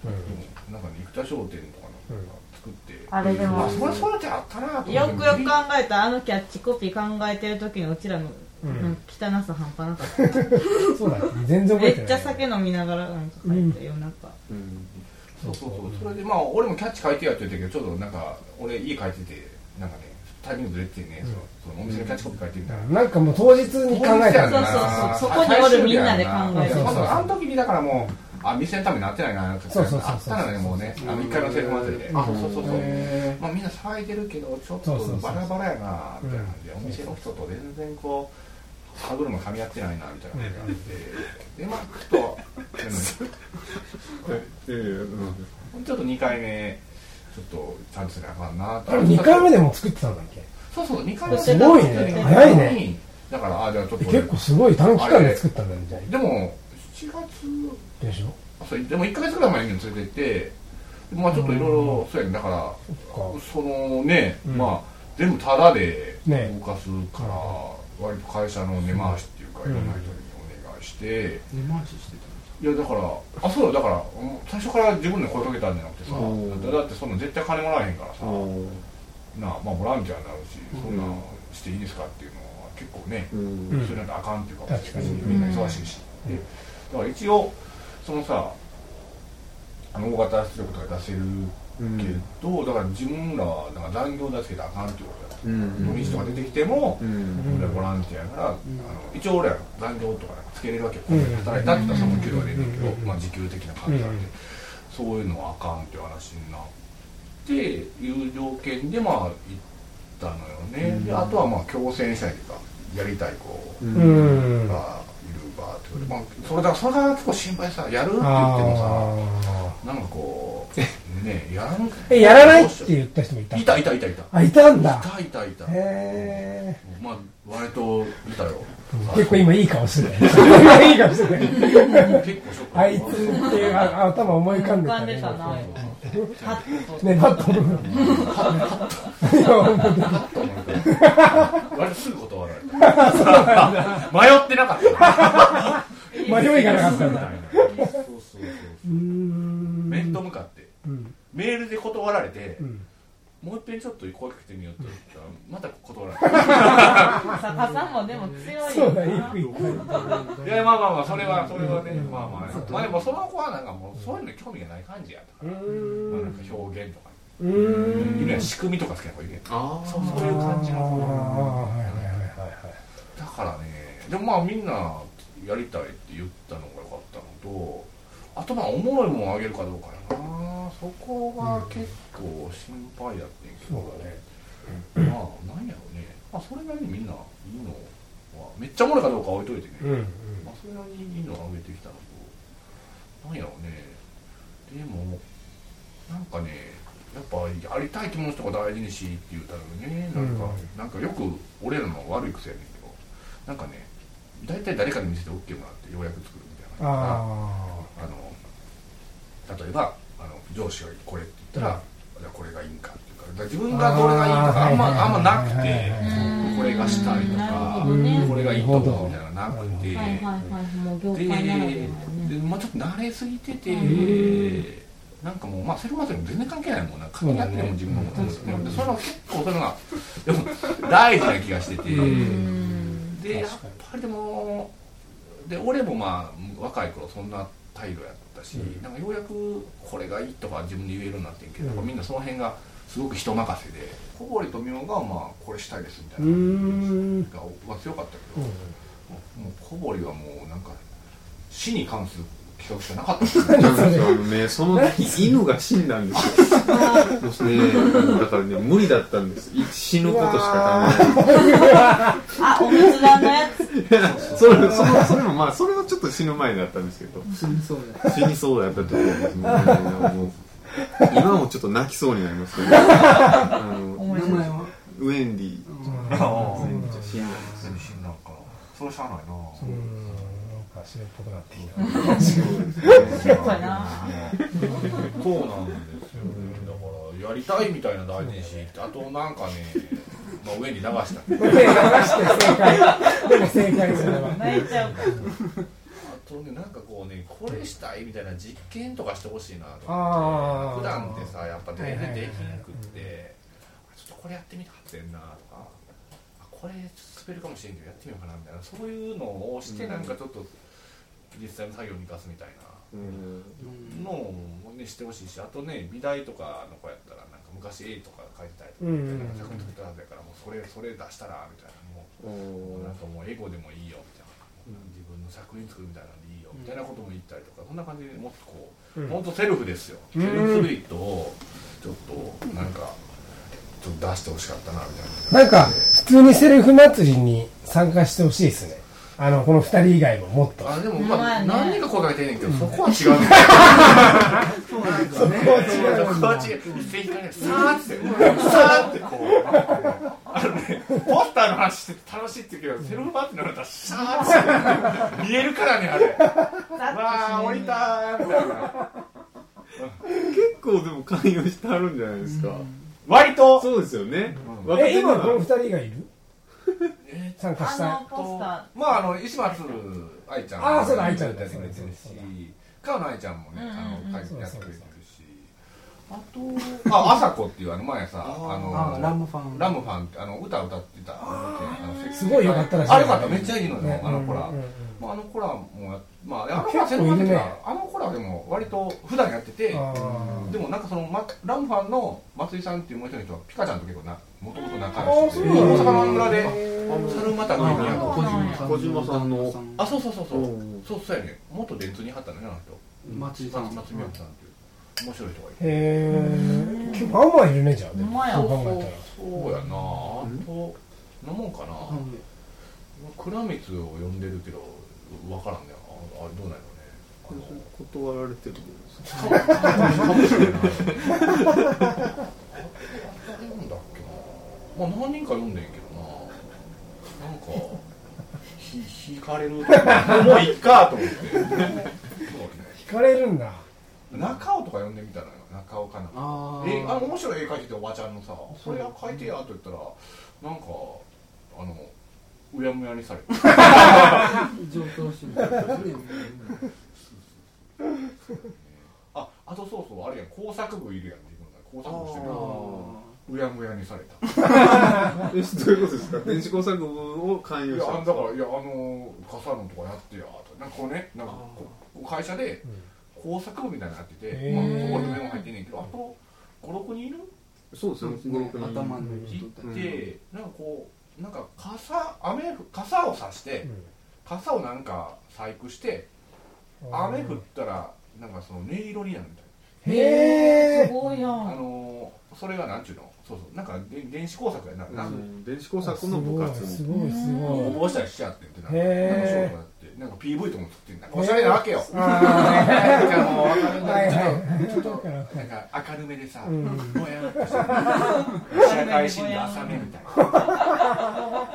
Speaker 3: なんかね、生田商店とか
Speaker 1: う
Speaker 3: なん
Speaker 1: ん
Speaker 3: か作って、
Speaker 4: あれでも
Speaker 3: あ、それそうやってあったなと思
Speaker 4: よ
Speaker 3: って
Speaker 4: くよく考えたらあのキャッチコピー考えてる時のうちらの、
Speaker 1: う
Speaker 4: うんん、汚さ半端なかっ
Speaker 1: そうだね全然
Speaker 4: た
Speaker 1: 覚
Speaker 4: め
Speaker 1: えてない
Speaker 4: っちゃ酒飲みながらなんか入ったよなんか
Speaker 5: うん
Speaker 3: そうそうそう、それでまあ、俺もキャッチ書いてやって言ったけど、ちょっとなんか、俺家帰ってて、なんかね、タイミングずれててね、そのそのお店のキャッチコピー書いてみたら。
Speaker 1: なんかもう当日に考えたんだ
Speaker 4: そうそうそうそこにおるみんなで考え
Speaker 1: て
Speaker 3: そうそうそうあの時にだからもうあ店のためになってないなって
Speaker 1: そうそうそうそう
Speaker 3: あったらねもうねあの一回のセーフ祭りで
Speaker 2: あ
Speaker 3: そうそうそう
Speaker 2: へ
Speaker 3: まあみんな騒いでるけどちょ
Speaker 1: そ
Speaker 3: っと
Speaker 1: うそうそう
Speaker 3: バラバラやなみたいな感じでお店の人と全然こう歯車噛み合ってないなみたいな感じがあってでまあちょっ
Speaker 5: ええーうん
Speaker 3: とちょっと2回目ちょっとちゃんとせなあかんな
Speaker 1: あれ2回目
Speaker 3: で
Speaker 1: でも作ってたんだっけ
Speaker 3: そうそう2回目
Speaker 4: すごいね
Speaker 1: 早いね
Speaker 3: だからあじゃあちょっと
Speaker 1: 結構すごい短期間で作ったんだよじゃ
Speaker 3: でも7月
Speaker 1: あでしょ
Speaker 3: そうでも1か月ぐらい前に連れてってまあちょっといろいろそうやねだから
Speaker 1: そっか
Speaker 3: そのね、
Speaker 1: うん
Speaker 3: まあ全部タダで
Speaker 1: ね
Speaker 3: 動かすから、割と会社の根回しっていうか、いろんな人にお願いして、
Speaker 2: 根回しして
Speaker 3: いやだからあそうだだからうん最初から自分で声かけたんじゃなくてさ、
Speaker 5: うん
Speaker 3: だだってそんな絶対金もらえへんからさ、
Speaker 5: あー
Speaker 3: なあまあボランティアになるし、
Speaker 5: ん
Speaker 3: そんなしていいですかっていうのは結構ね、
Speaker 5: うん
Speaker 1: うん
Speaker 3: それなんてあかんっていうか
Speaker 1: 確かに
Speaker 3: みんな忙しいし、
Speaker 1: うん
Speaker 3: でだから一応そのさあの大型出力とか出せる
Speaker 5: うん
Speaker 3: けど、だから自分らはなんか残業出せたらあかんっていうことや
Speaker 5: うん
Speaker 3: 土日とか出てきても、
Speaker 5: うん
Speaker 3: 俺らボランティアやから、あの一応俺ら残業とかつけれるわけよ、
Speaker 1: うん
Speaker 3: 働いたって言ったらその給料は出るけど、
Speaker 1: うん
Speaker 3: まあ、時給的な感じなんで、
Speaker 1: うん
Speaker 3: そういうのはあかんっていう話になっていう条件でまあ行ったのよね、であとはまあ強制したいというかやりたい子
Speaker 1: う
Speaker 3: がいる
Speaker 1: ん
Speaker 3: わってことで、まあ、それだそれが結構心配さやるって言っても
Speaker 1: あ
Speaker 3: さなんかこ
Speaker 1: [laughs]
Speaker 3: うねやらん
Speaker 1: ーえやらないって言った人もいた
Speaker 3: いたいたいたいた
Speaker 1: あいたんだ
Speaker 3: いたいたいた
Speaker 1: へえ
Speaker 3: まあ割といたよ
Speaker 1: 結構今いい顔してたよ今いい顔してたよ
Speaker 3: 結構ショック
Speaker 1: あいつっていうあ頭思い浮かんで
Speaker 4: 浮
Speaker 1: た
Speaker 4: かんでたな
Speaker 1: ね
Speaker 4: パッと
Speaker 1: ねバットの
Speaker 3: 割とすぐ断られた [laughs] 迷ってなかった
Speaker 1: 迷いがなかったん
Speaker 3: み
Speaker 1: だ
Speaker 3: たいなそうそうそう
Speaker 1: うーん
Speaker 3: 面と向かって
Speaker 1: うん
Speaker 3: メールで断られて、
Speaker 1: うん
Speaker 3: もう一遍ちょっと声かけてみようって言ったらまた断られ
Speaker 4: さかさんもでも強い
Speaker 1: そ
Speaker 4: よ
Speaker 1: うだよ
Speaker 4: な
Speaker 1: くいく
Speaker 3: たいやまあまあまあそれはそれはねまあまあまあでもその子はなんかもうそういうのに興味がない感じやった
Speaker 1: う
Speaker 3: から、まあ、なん
Speaker 1: ー
Speaker 3: か表現とかいるやん
Speaker 1: ん
Speaker 3: 仕組みとか好きな子いるやん
Speaker 5: あ
Speaker 3: そうそういう感じの
Speaker 1: あーはいはいはい
Speaker 3: だからねでもまあみんなやりたいって言ったのが良かったのとあとまあおもろいもんあげるかどうかやなそこが結構心配やってんけど、
Speaker 1: そうだね
Speaker 3: まあなんやろうね、まあ、それなりにみんないいのはめっちゃおもろいかどうかは置いといてね、
Speaker 1: うんうん
Speaker 3: まあ、それなりにいいのをあげてきたのとなんやろうねでもなんかねやっぱやりたい気持ちとか大事にしって言うたらねなんか、
Speaker 1: うん
Speaker 3: なんかよく俺らの悪い癖やねんけどなんかね大体誰かに見せて OK もらってようやく作るみたいな
Speaker 1: あ
Speaker 3: あの例えばあの上司がこれって言ったら、じゃあこれがいいんかっていうからだから自分がどれがいいとかあんま
Speaker 1: あー
Speaker 3: あんまなく
Speaker 1: はいはいはい
Speaker 3: て
Speaker 4: うん
Speaker 3: これがしたいと
Speaker 4: なる
Speaker 3: か
Speaker 4: ほどね
Speaker 3: これがいいと思うみたいなのなくて。
Speaker 4: はいはいはいもう業
Speaker 3: で
Speaker 4: 界ならではね
Speaker 3: でまあ、ちょっと慣れすぎてて、なんかもう、まあ、セルフマーケも全然関係ないもんな、書きなくても自分のことですね、でそれは結構、それがでも大事な気がしてて、
Speaker 4: うん
Speaker 3: でやっ
Speaker 1: 確かに
Speaker 3: ぱりでも、で俺もまあ若い頃そんな態度やったし、
Speaker 1: うん
Speaker 3: なんかようやくこれがいいとか自分で言えるようになってんけど、
Speaker 1: うん
Speaker 3: やっぱみんなその辺がすごく人任せで、小堀とみおが、まあ、これしたいですみた
Speaker 1: うー
Speaker 3: いな。
Speaker 1: ん
Speaker 3: が僕は強かったけど、もう小堀はもうなんか死に関する企画じゃなかったです [laughs] ね
Speaker 5: なんですよね、その
Speaker 1: [laughs]
Speaker 5: 時犬が死んだんですよ。もうね、だからね、無理だったんです。死ぬことしか考
Speaker 4: あ、お仏壇のやつ。
Speaker 5: えない。それ、その、それも、まあ、それはちょっと死ぬ前だったんですけど。
Speaker 2: 死にそうだ
Speaker 5: 死にそうだったと思うんですもんね。もう今もちょっと泣きそうになりますけど。あの、
Speaker 4: 思い
Speaker 2: 名
Speaker 4: 出
Speaker 2: 前
Speaker 4: す
Speaker 2: は
Speaker 5: ウェンディ。
Speaker 2: うん
Speaker 5: ウ
Speaker 3: あ
Speaker 5: ェンディちゃん死んだんですよ。
Speaker 3: 死んだんかそれしゃあない
Speaker 1: う
Speaker 3: な
Speaker 1: ーんなんか白っぽくなってきた
Speaker 4: 白っぽいな
Speaker 3: [laughs] そうなんですよねだからやりたいみたいな大事にしあとなんかね、まあ、上に流したけど
Speaker 1: 手流して正解でも正解それは
Speaker 4: 泣いちゃうか。
Speaker 3: あとねなんかこうねこれしたいみたいな実験とかしてほしいなと
Speaker 1: あー
Speaker 3: 普段ってさやっぱ全然できなくっ
Speaker 1: はい
Speaker 3: てあちょっとこれやってみたかってんなとかあこれちょっと滑るかもしれんけどやってみようかなみたいなそういうのをしてなんかちょっと実際の作業に生かすみたいな
Speaker 5: うん
Speaker 3: のを、ね、してほしいしあとね美大とかの子やったらなんか昔絵とか書いてたりと
Speaker 1: う
Speaker 3: か
Speaker 1: んうんうん
Speaker 3: 作品撮ったはずやからもうそれそれ出したらみたいなもう
Speaker 5: おー
Speaker 3: なんかもうエゴでもいいよみたいな、自分の作品作るみたいなんでいいよみたいなことも言ったりとか、そんな感じでもっとこう、
Speaker 1: うん
Speaker 3: ほんとセルフですよ、
Speaker 1: うん
Speaker 3: セルフスリートをちょっとなんか、ちょっと出してほしかったなみたいな。
Speaker 1: なんか普通にセルフ祭りに参加してほしいですねあのこの二人以外ももっと
Speaker 3: あでもまあ
Speaker 4: うまいね
Speaker 3: 何人か答えてんねんけど、そこは違うんだよ
Speaker 2: そうなんですよね
Speaker 1: こは違う
Speaker 3: そ
Speaker 1: ん
Speaker 3: こは
Speaker 1: だ
Speaker 3: 違う一斉に行かねさーってさーってこうあのねポスターの話して楽しいって言うけどセルフバッグの話シャーって見えるからねあれわあ降りたーみたいな
Speaker 5: 結構でも関与してはるんじゃないですか。
Speaker 3: 割と
Speaker 5: そうですよね。
Speaker 3: うん
Speaker 5: 若
Speaker 1: え
Speaker 5: 手な
Speaker 1: 今
Speaker 5: ら
Speaker 1: この二人以外いる
Speaker 3: え
Speaker 1: 参加したい
Speaker 4: あのポスタ
Speaker 3: まああの石松愛ちゃん
Speaker 1: あーそうだ愛ちゃん
Speaker 3: やってくれてる
Speaker 1: そ
Speaker 3: し
Speaker 1: うだ
Speaker 3: 川野愛ちゃんもね
Speaker 4: うん
Speaker 3: あ
Speaker 4: うん
Speaker 3: の書い
Speaker 1: そう
Speaker 3: て
Speaker 1: だ
Speaker 3: やっ
Speaker 1: そ
Speaker 3: て
Speaker 1: うだ
Speaker 3: くれてるしあとあ朝子っていうあの前さあ
Speaker 2: あ
Speaker 3: の
Speaker 2: ラムファン
Speaker 3: ラムファンってあの歌歌ってたあのせ
Speaker 1: すごい良かったらしい
Speaker 3: あれよかっためっちゃいいの
Speaker 1: ね
Speaker 3: よあの子ら
Speaker 1: うんうん
Speaker 3: まああの子らもやまああの
Speaker 1: 結
Speaker 3: 子ら
Speaker 1: 構いるね
Speaker 3: 先輩あの子らでも割と普段やってて
Speaker 1: あー
Speaker 3: でもなんかその、ま、ラムファンの松井さんっていうもう一人の人はピカちゃんと結構なもともと仲良しで
Speaker 1: あーそうなんだ
Speaker 3: 大阪の村で猿股
Speaker 2: あ
Speaker 3: 組にやっ
Speaker 4: そうなんや
Speaker 2: 小
Speaker 5: 小島
Speaker 2: 島
Speaker 5: さ
Speaker 2: さ
Speaker 5: ん
Speaker 2: ん
Speaker 5: の。
Speaker 3: あ、そうそうそうそううんそうそうやね。元電通に貼ったのよ、あの人。
Speaker 2: 松井さん
Speaker 3: 松宮さんっていう面白い人がいて。
Speaker 1: へえ結構まあまあいるねじゃあで
Speaker 4: ほん
Speaker 1: も
Speaker 4: まや
Speaker 1: そう考えたら
Speaker 3: そうやな。あと、なもんかな。倉光を呼んでるけど、わからんね。ああれどうなんやろうね。
Speaker 5: 断られてるんですか。
Speaker 3: あのかもしれない。あ誰読んだっけな。まあ何人か読んでんけどな。なんか。ひ引かれるとかもういっかと思ってそうね
Speaker 1: 聞かれるんだ
Speaker 3: 中尾とか呼んでみたのよ中尾かな
Speaker 2: あ
Speaker 3: えあの
Speaker 2: あ
Speaker 3: 面白い絵描いてておばちゃんのさ「それは描いてや」と言ったらなんかあのうやむやにされて
Speaker 2: 上等手だったね
Speaker 3: ああとそうそうあれやん工作部いるやん自分が工作部してるや
Speaker 5: あ
Speaker 3: んうやむやにされた
Speaker 5: え、どういうことですか。電子工作部を関
Speaker 3: い
Speaker 5: 与
Speaker 3: や
Speaker 5: し
Speaker 3: あ
Speaker 5: た
Speaker 3: のだから「いやあの笠野とかやってや」となんかこうねなんかこう会社で工作部みたいになってて、
Speaker 1: へー
Speaker 3: まあ、そこにメモ入ってんねんけどあと56人いる
Speaker 5: そうです
Speaker 2: そう
Speaker 5: よ
Speaker 2: ですね
Speaker 5: ね。
Speaker 2: 頭の
Speaker 3: い
Speaker 2: 人
Speaker 5: うん
Speaker 3: て、なんかこうなんか傘雨傘をさして、傘をなんか細工して雨降ったらなんかその音色になるみたい
Speaker 1: へ
Speaker 4: ー。
Speaker 1: え
Speaker 4: すごいや
Speaker 3: な、あ
Speaker 4: ん。
Speaker 3: のーそれがなんちゅうのそうそうなんかで電子工作やな、
Speaker 5: うん
Speaker 3: なんか
Speaker 5: 電子工作の部活
Speaker 1: す
Speaker 5: に。
Speaker 1: ごいすご
Speaker 3: 応
Speaker 1: い
Speaker 3: 募したりしちゃってんってなんか
Speaker 1: へー
Speaker 3: なんかそういうのがあってなんか PV とかも作ってんだおしゃれなわけよ、
Speaker 1: あ
Speaker 3: [laughs] なんかもう分かるん
Speaker 1: ー
Speaker 3: だ
Speaker 1: はい
Speaker 3: けど、
Speaker 1: はい
Speaker 3: ちょっとなんか明るめでさ、
Speaker 1: うん
Speaker 3: ぼやーっとして社会新聞浅めみたいな。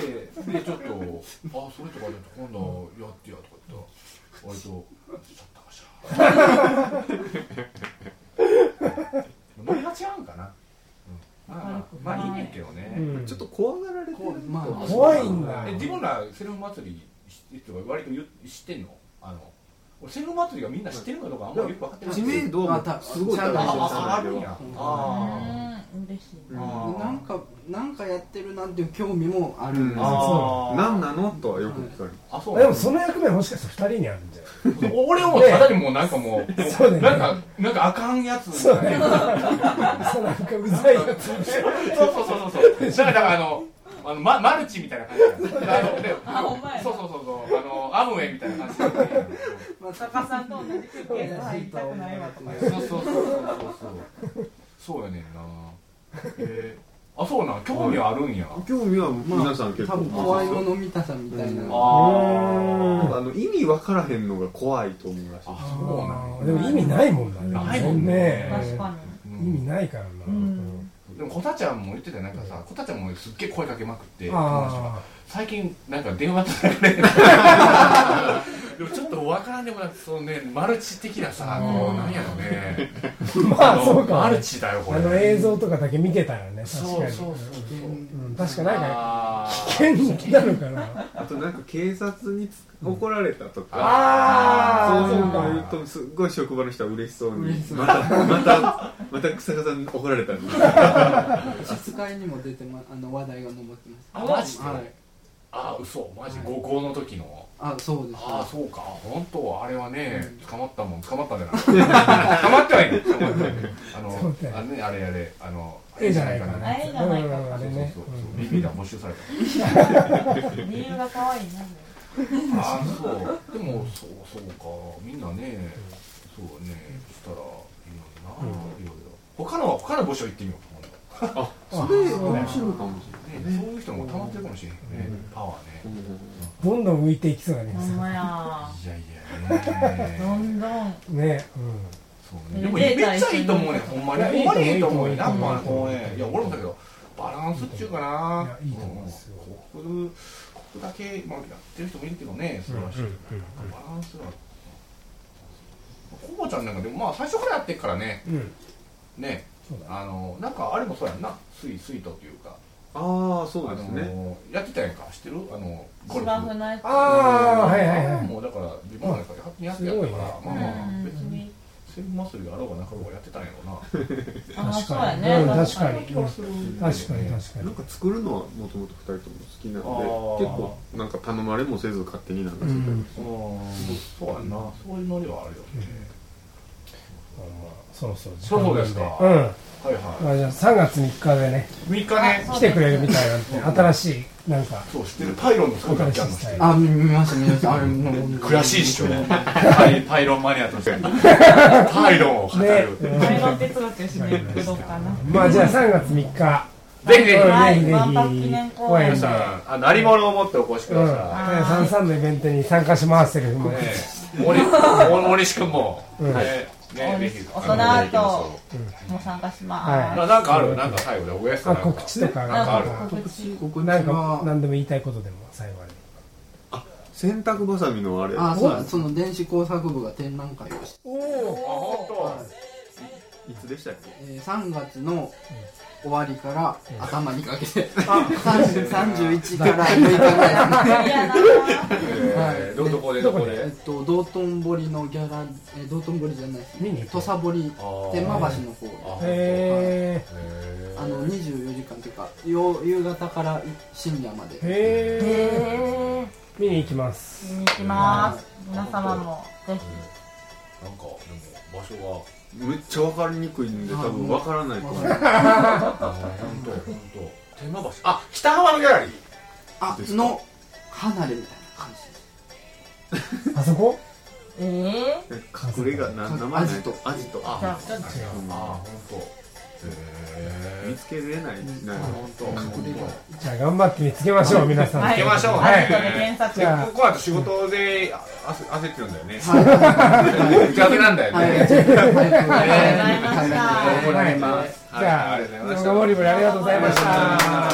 Speaker 3: で、でちょっと、あ、それとかね、今度やってやとか言ったら、割と、ちょっとかしら。ノリが違うんかな。うん、まあ、まあ、まあいいねんけど
Speaker 1: う
Speaker 3: ね。
Speaker 1: ん
Speaker 5: ちょっと怖がられてる。
Speaker 2: まあ
Speaker 1: 怖いんだ
Speaker 3: え、自分らセルフ祭り、人が割と言う知ってんのあの、お汁の祭りがみんな知ってるのとかあんまりよく分かってない
Speaker 5: 知名度は
Speaker 2: あた
Speaker 5: すごい
Speaker 2: ちゃ
Speaker 5: 高
Speaker 2: んと
Speaker 5: いですよ
Speaker 3: ああ上がるんや
Speaker 2: うん
Speaker 3: あ
Speaker 4: うん嬉しい
Speaker 5: うん
Speaker 3: あー
Speaker 2: なんかなんかやってるなんていう興味もあるんです
Speaker 5: うん
Speaker 2: よ
Speaker 3: あ
Speaker 5: 何なのとはよく聞かれる
Speaker 3: あそう
Speaker 1: でもその役目もしかしたら2人にあるんじゃない
Speaker 3: 俺もただにもうなんかもう
Speaker 1: そうだよね
Speaker 3: なんかなんかあかんやつ
Speaker 1: そうね。そうなんか [laughs] うざいやつ。
Speaker 3: そうそうそうそうそう。だからあのあのママルチみたいな感じだよ。あので
Speaker 4: あほんまや
Speaker 3: そうそうそうそうあのアムウェイみたいな感じだよね。
Speaker 2: まあ
Speaker 4: タカさんと同じ空気や入りたくないわとか
Speaker 3: そうそうそうそうそう。そうやねんな。えー、あそうなん興味あるんや。
Speaker 5: 興味は皆さん結
Speaker 2: 多
Speaker 5: 構、
Speaker 2: 分怖いもの見たさみたいな
Speaker 5: うん
Speaker 3: あ
Speaker 5: あの意味わからへんのが怖いと思うらしい
Speaker 3: ああそうなんや。
Speaker 1: でも意味ないもんな。
Speaker 3: ない
Speaker 1: も
Speaker 3: も
Speaker 1: ん
Speaker 3: ん
Speaker 1: ね
Speaker 3: ね。
Speaker 4: 確か
Speaker 3: う
Speaker 1: 意味
Speaker 3: ん
Speaker 1: ないからな。
Speaker 4: ん
Speaker 3: でもこたちゃんも言ってたよなんかさこたちゃんもすっげえ声かけまくって。
Speaker 1: あ
Speaker 3: 最近なんか電話つながれでもちょっと分からんでもなくそのねマルチ的なさこうなんやろね
Speaker 1: あ。 [laughs] まあ
Speaker 3: の
Speaker 1: そうか
Speaker 3: マ。ルチだよこ
Speaker 1: あ
Speaker 3: れ
Speaker 1: の映像とかだけ見てたらね、確
Speaker 3: そ
Speaker 1: かに。
Speaker 3: うそうそう
Speaker 1: うん確かなんか、
Speaker 3: あー
Speaker 1: 変なのかな。
Speaker 5: あとなんか警察につ怒られたとか、
Speaker 1: あー
Speaker 5: そういう
Speaker 1: そ
Speaker 5: の
Speaker 1: うか
Speaker 5: 言うとすっごい職場の人は嬉しそうに
Speaker 2: 嬉しそう
Speaker 5: またまたまた草加さんに怒られたんで
Speaker 2: 質会にも出て、ま、あの話題が上ってます
Speaker 3: あマジで
Speaker 2: はい
Speaker 3: あー嘘マジ高校の時の
Speaker 2: あそうです
Speaker 3: ああそうか本当あれはね
Speaker 2: うん
Speaker 3: 捕まったもん捕まったんじゃない捕まってはいない捕まってはいないあ
Speaker 1: そうだよ
Speaker 3: のあれねあれあれあの
Speaker 1: [laughs] 絵じゃないかな。
Speaker 4: 絵じゃないかな
Speaker 1: うんあ
Speaker 3: そ
Speaker 1: れ
Speaker 3: うそう
Speaker 1: ね
Speaker 3: そう。そうビビが没収された
Speaker 4: に理由が可愛いなんだよ
Speaker 3: ああそうでもそうそうかみんなねそうねしたらいろいろないろいろ他の他の部署行ってみようか
Speaker 5: そ
Speaker 1: れ
Speaker 5: れ
Speaker 1: 面
Speaker 5: 面
Speaker 1: 白
Speaker 5: 白
Speaker 1: い
Speaker 5: いかもし
Speaker 3: 今度ねそういう人も溜まってるかもしれへんよねパワーね
Speaker 5: れない、
Speaker 1: うんどんどん浮いていきそうだね
Speaker 4: ほ。んまや
Speaker 3: いやいやね
Speaker 4: どんどん
Speaker 1: ね。
Speaker 3: そうねでもめっちゃいいと思うねほんまにほんまにいいと思うねやっぱこうねいや俺もだけどバランスっていうかな
Speaker 1: うんいやいいと思いますよ
Speaker 3: うんここここだけまあやってる人もいるけどね
Speaker 1: う
Speaker 3: 素
Speaker 1: ん。うん
Speaker 3: 晴らしいバランスがコボちゃんなんかでもまあ最初からやってっからね
Speaker 1: うんうん。
Speaker 3: ね
Speaker 1: そうだ
Speaker 3: あのなんかあれもそうやんな水水とというか
Speaker 5: ああそうです
Speaker 3: あ
Speaker 5: ね
Speaker 3: のやってたやんか知ってるあのゴルフ
Speaker 4: 芝生のやつ
Speaker 1: ああ、はいはいはい。
Speaker 3: もうだから自分の中で勝手にやってやったから、
Speaker 1: すご
Speaker 3: まあ
Speaker 1: いね
Speaker 3: まあ
Speaker 4: うん
Speaker 3: 別に千マスリがあろうがなかろうがやってたんやろうな
Speaker 4: ああそうや
Speaker 1: う
Speaker 4: ね
Speaker 1: ん確かに
Speaker 3: そんな気はするんだよね
Speaker 1: 確かに確か
Speaker 5: な
Speaker 1: に
Speaker 5: ん。か作るのはもともと2人とも好きな
Speaker 3: あー
Speaker 5: ので結構なんか頼まれもせず勝手になんか
Speaker 1: う
Speaker 5: する、
Speaker 1: ん。
Speaker 3: うんそうやんなそういうノリはあるよね、
Speaker 1: そろそろ時
Speaker 3: そ
Speaker 1: 間
Speaker 3: う
Speaker 1: なん
Speaker 3: そうですか
Speaker 1: うん。
Speaker 3: はいは
Speaker 1: まあじゃあ3月3日でね、
Speaker 3: い3日ね
Speaker 1: 来てくれるみたいなんで、新しい、なんか、
Speaker 3: そう知ってるパイロンの
Speaker 1: お
Speaker 3: 姿
Speaker 1: 金
Speaker 3: キャンの
Speaker 1: し
Speaker 3: 人
Speaker 1: たい。
Speaker 2: あ見見ました見ましたあれもう
Speaker 3: 悔しいっしょパイパイロンマニ
Speaker 1: [laughs]
Speaker 3: アとしてパイロンを語る、
Speaker 1: ね
Speaker 4: パイロン哲学をしに行くどっかな
Speaker 1: まあじゃあ3月3日、
Speaker 3: ぜひぜひ
Speaker 4: はい
Speaker 1: ぜひぜひ
Speaker 4: 万博記念公園
Speaker 3: 皆
Speaker 4: で
Speaker 3: さんあ鳴り物を持ってお越しく
Speaker 1: うん、
Speaker 3: だ
Speaker 4: い
Speaker 3: さ
Speaker 1: 33のイベントに参加しますセリフも
Speaker 3: い、ね
Speaker 1: ね。
Speaker 3: 森森森志君も、
Speaker 1: うん
Speaker 3: ねねぜひ
Speaker 4: 大人アートも参加します
Speaker 3: ななんかあるなんか最後でおやす
Speaker 1: あ、
Speaker 3: なんか
Speaker 1: 告知とか、
Speaker 4: な
Speaker 1: なんん
Speaker 4: か
Speaker 1: か、
Speaker 4: 告知
Speaker 2: ここ
Speaker 1: な
Speaker 2: なんん
Speaker 1: か
Speaker 2: か
Speaker 1: 何でも言いたいことでも最後まで。
Speaker 5: 洗濯ばさみのあれ
Speaker 2: あそうだその電子工作部が展覧会をして、
Speaker 1: おお
Speaker 3: あ本
Speaker 5: いつでしたっけ
Speaker 2: えー、3月の終わりから
Speaker 1: うん
Speaker 2: 頭にかけて、
Speaker 3: うん
Speaker 2: 31から6日ぐらい
Speaker 4: クリアな
Speaker 3: 当、えー、どどこでどこ
Speaker 2: え
Speaker 3: で
Speaker 2: っと、道頓堀のギャラ、えー道頓堀じゃないです
Speaker 1: 見に行く
Speaker 2: 土佐堀、
Speaker 3: あー
Speaker 2: 天満橋の方
Speaker 3: あ
Speaker 1: へ
Speaker 3: へー
Speaker 2: あの、24時間というか、よう夕方から深夜まで
Speaker 1: ー。。へー
Speaker 4: え
Speaker 1: 見に行きま
Speaker 4: ー、
Speaker 1: す。
Speaker 4: 見に行きます皆様も
Speaker 3: な
Speaker 4: ぜ
Speaker 3: んかでも場所
Speaker 5: めっちゃ分かりにくいんで多分分からないと思う
Speaker 3: が本当本当天満橋あ北浜のギャラリー
Speaker 2: あ、の、離れみたいな感じです。
Speaker 1: あそこ
Speaker 4: ひえ
Speaker 5: 隠れがな名前ないとアジト
Speaker 3: あ
Speaker 4: じゃあ
Speaker 3: なんか
Speaker 1: 違う
Speaker 3: あ本当へえ
Speaker 5: 見つけれないな
Speaker 3: 本当
Speaker 2: 隠れ家
Speaker 1: じゃあ頑張って見つけましょう、皆さん。
Speaker 4: ー、はい
Speaker 3: 行きましょうね
Speaker 4: アジトで検索
Speaker 1: じゃあ
Speaker 3: ここは仕事であ焦焦ってるんだよね
Speaker 2: は
Speaker 3: [laughs] 打ち合わせなんだ
Speaker 2: い。
Speaker 3: よ
Speaker 2: はい。
Speaker 3: ね
Speaker 2: は
Speaker 4: ありがとうございま
Speaker 2: い。
Speaker 4: す
Speaker 2: はい。
Speaker 1: じゃあ、
Speaker 3: はいありがとうございました
Speaker 1: どうもモリブルありがとうございまし。
Speaker 4: ありがとうございました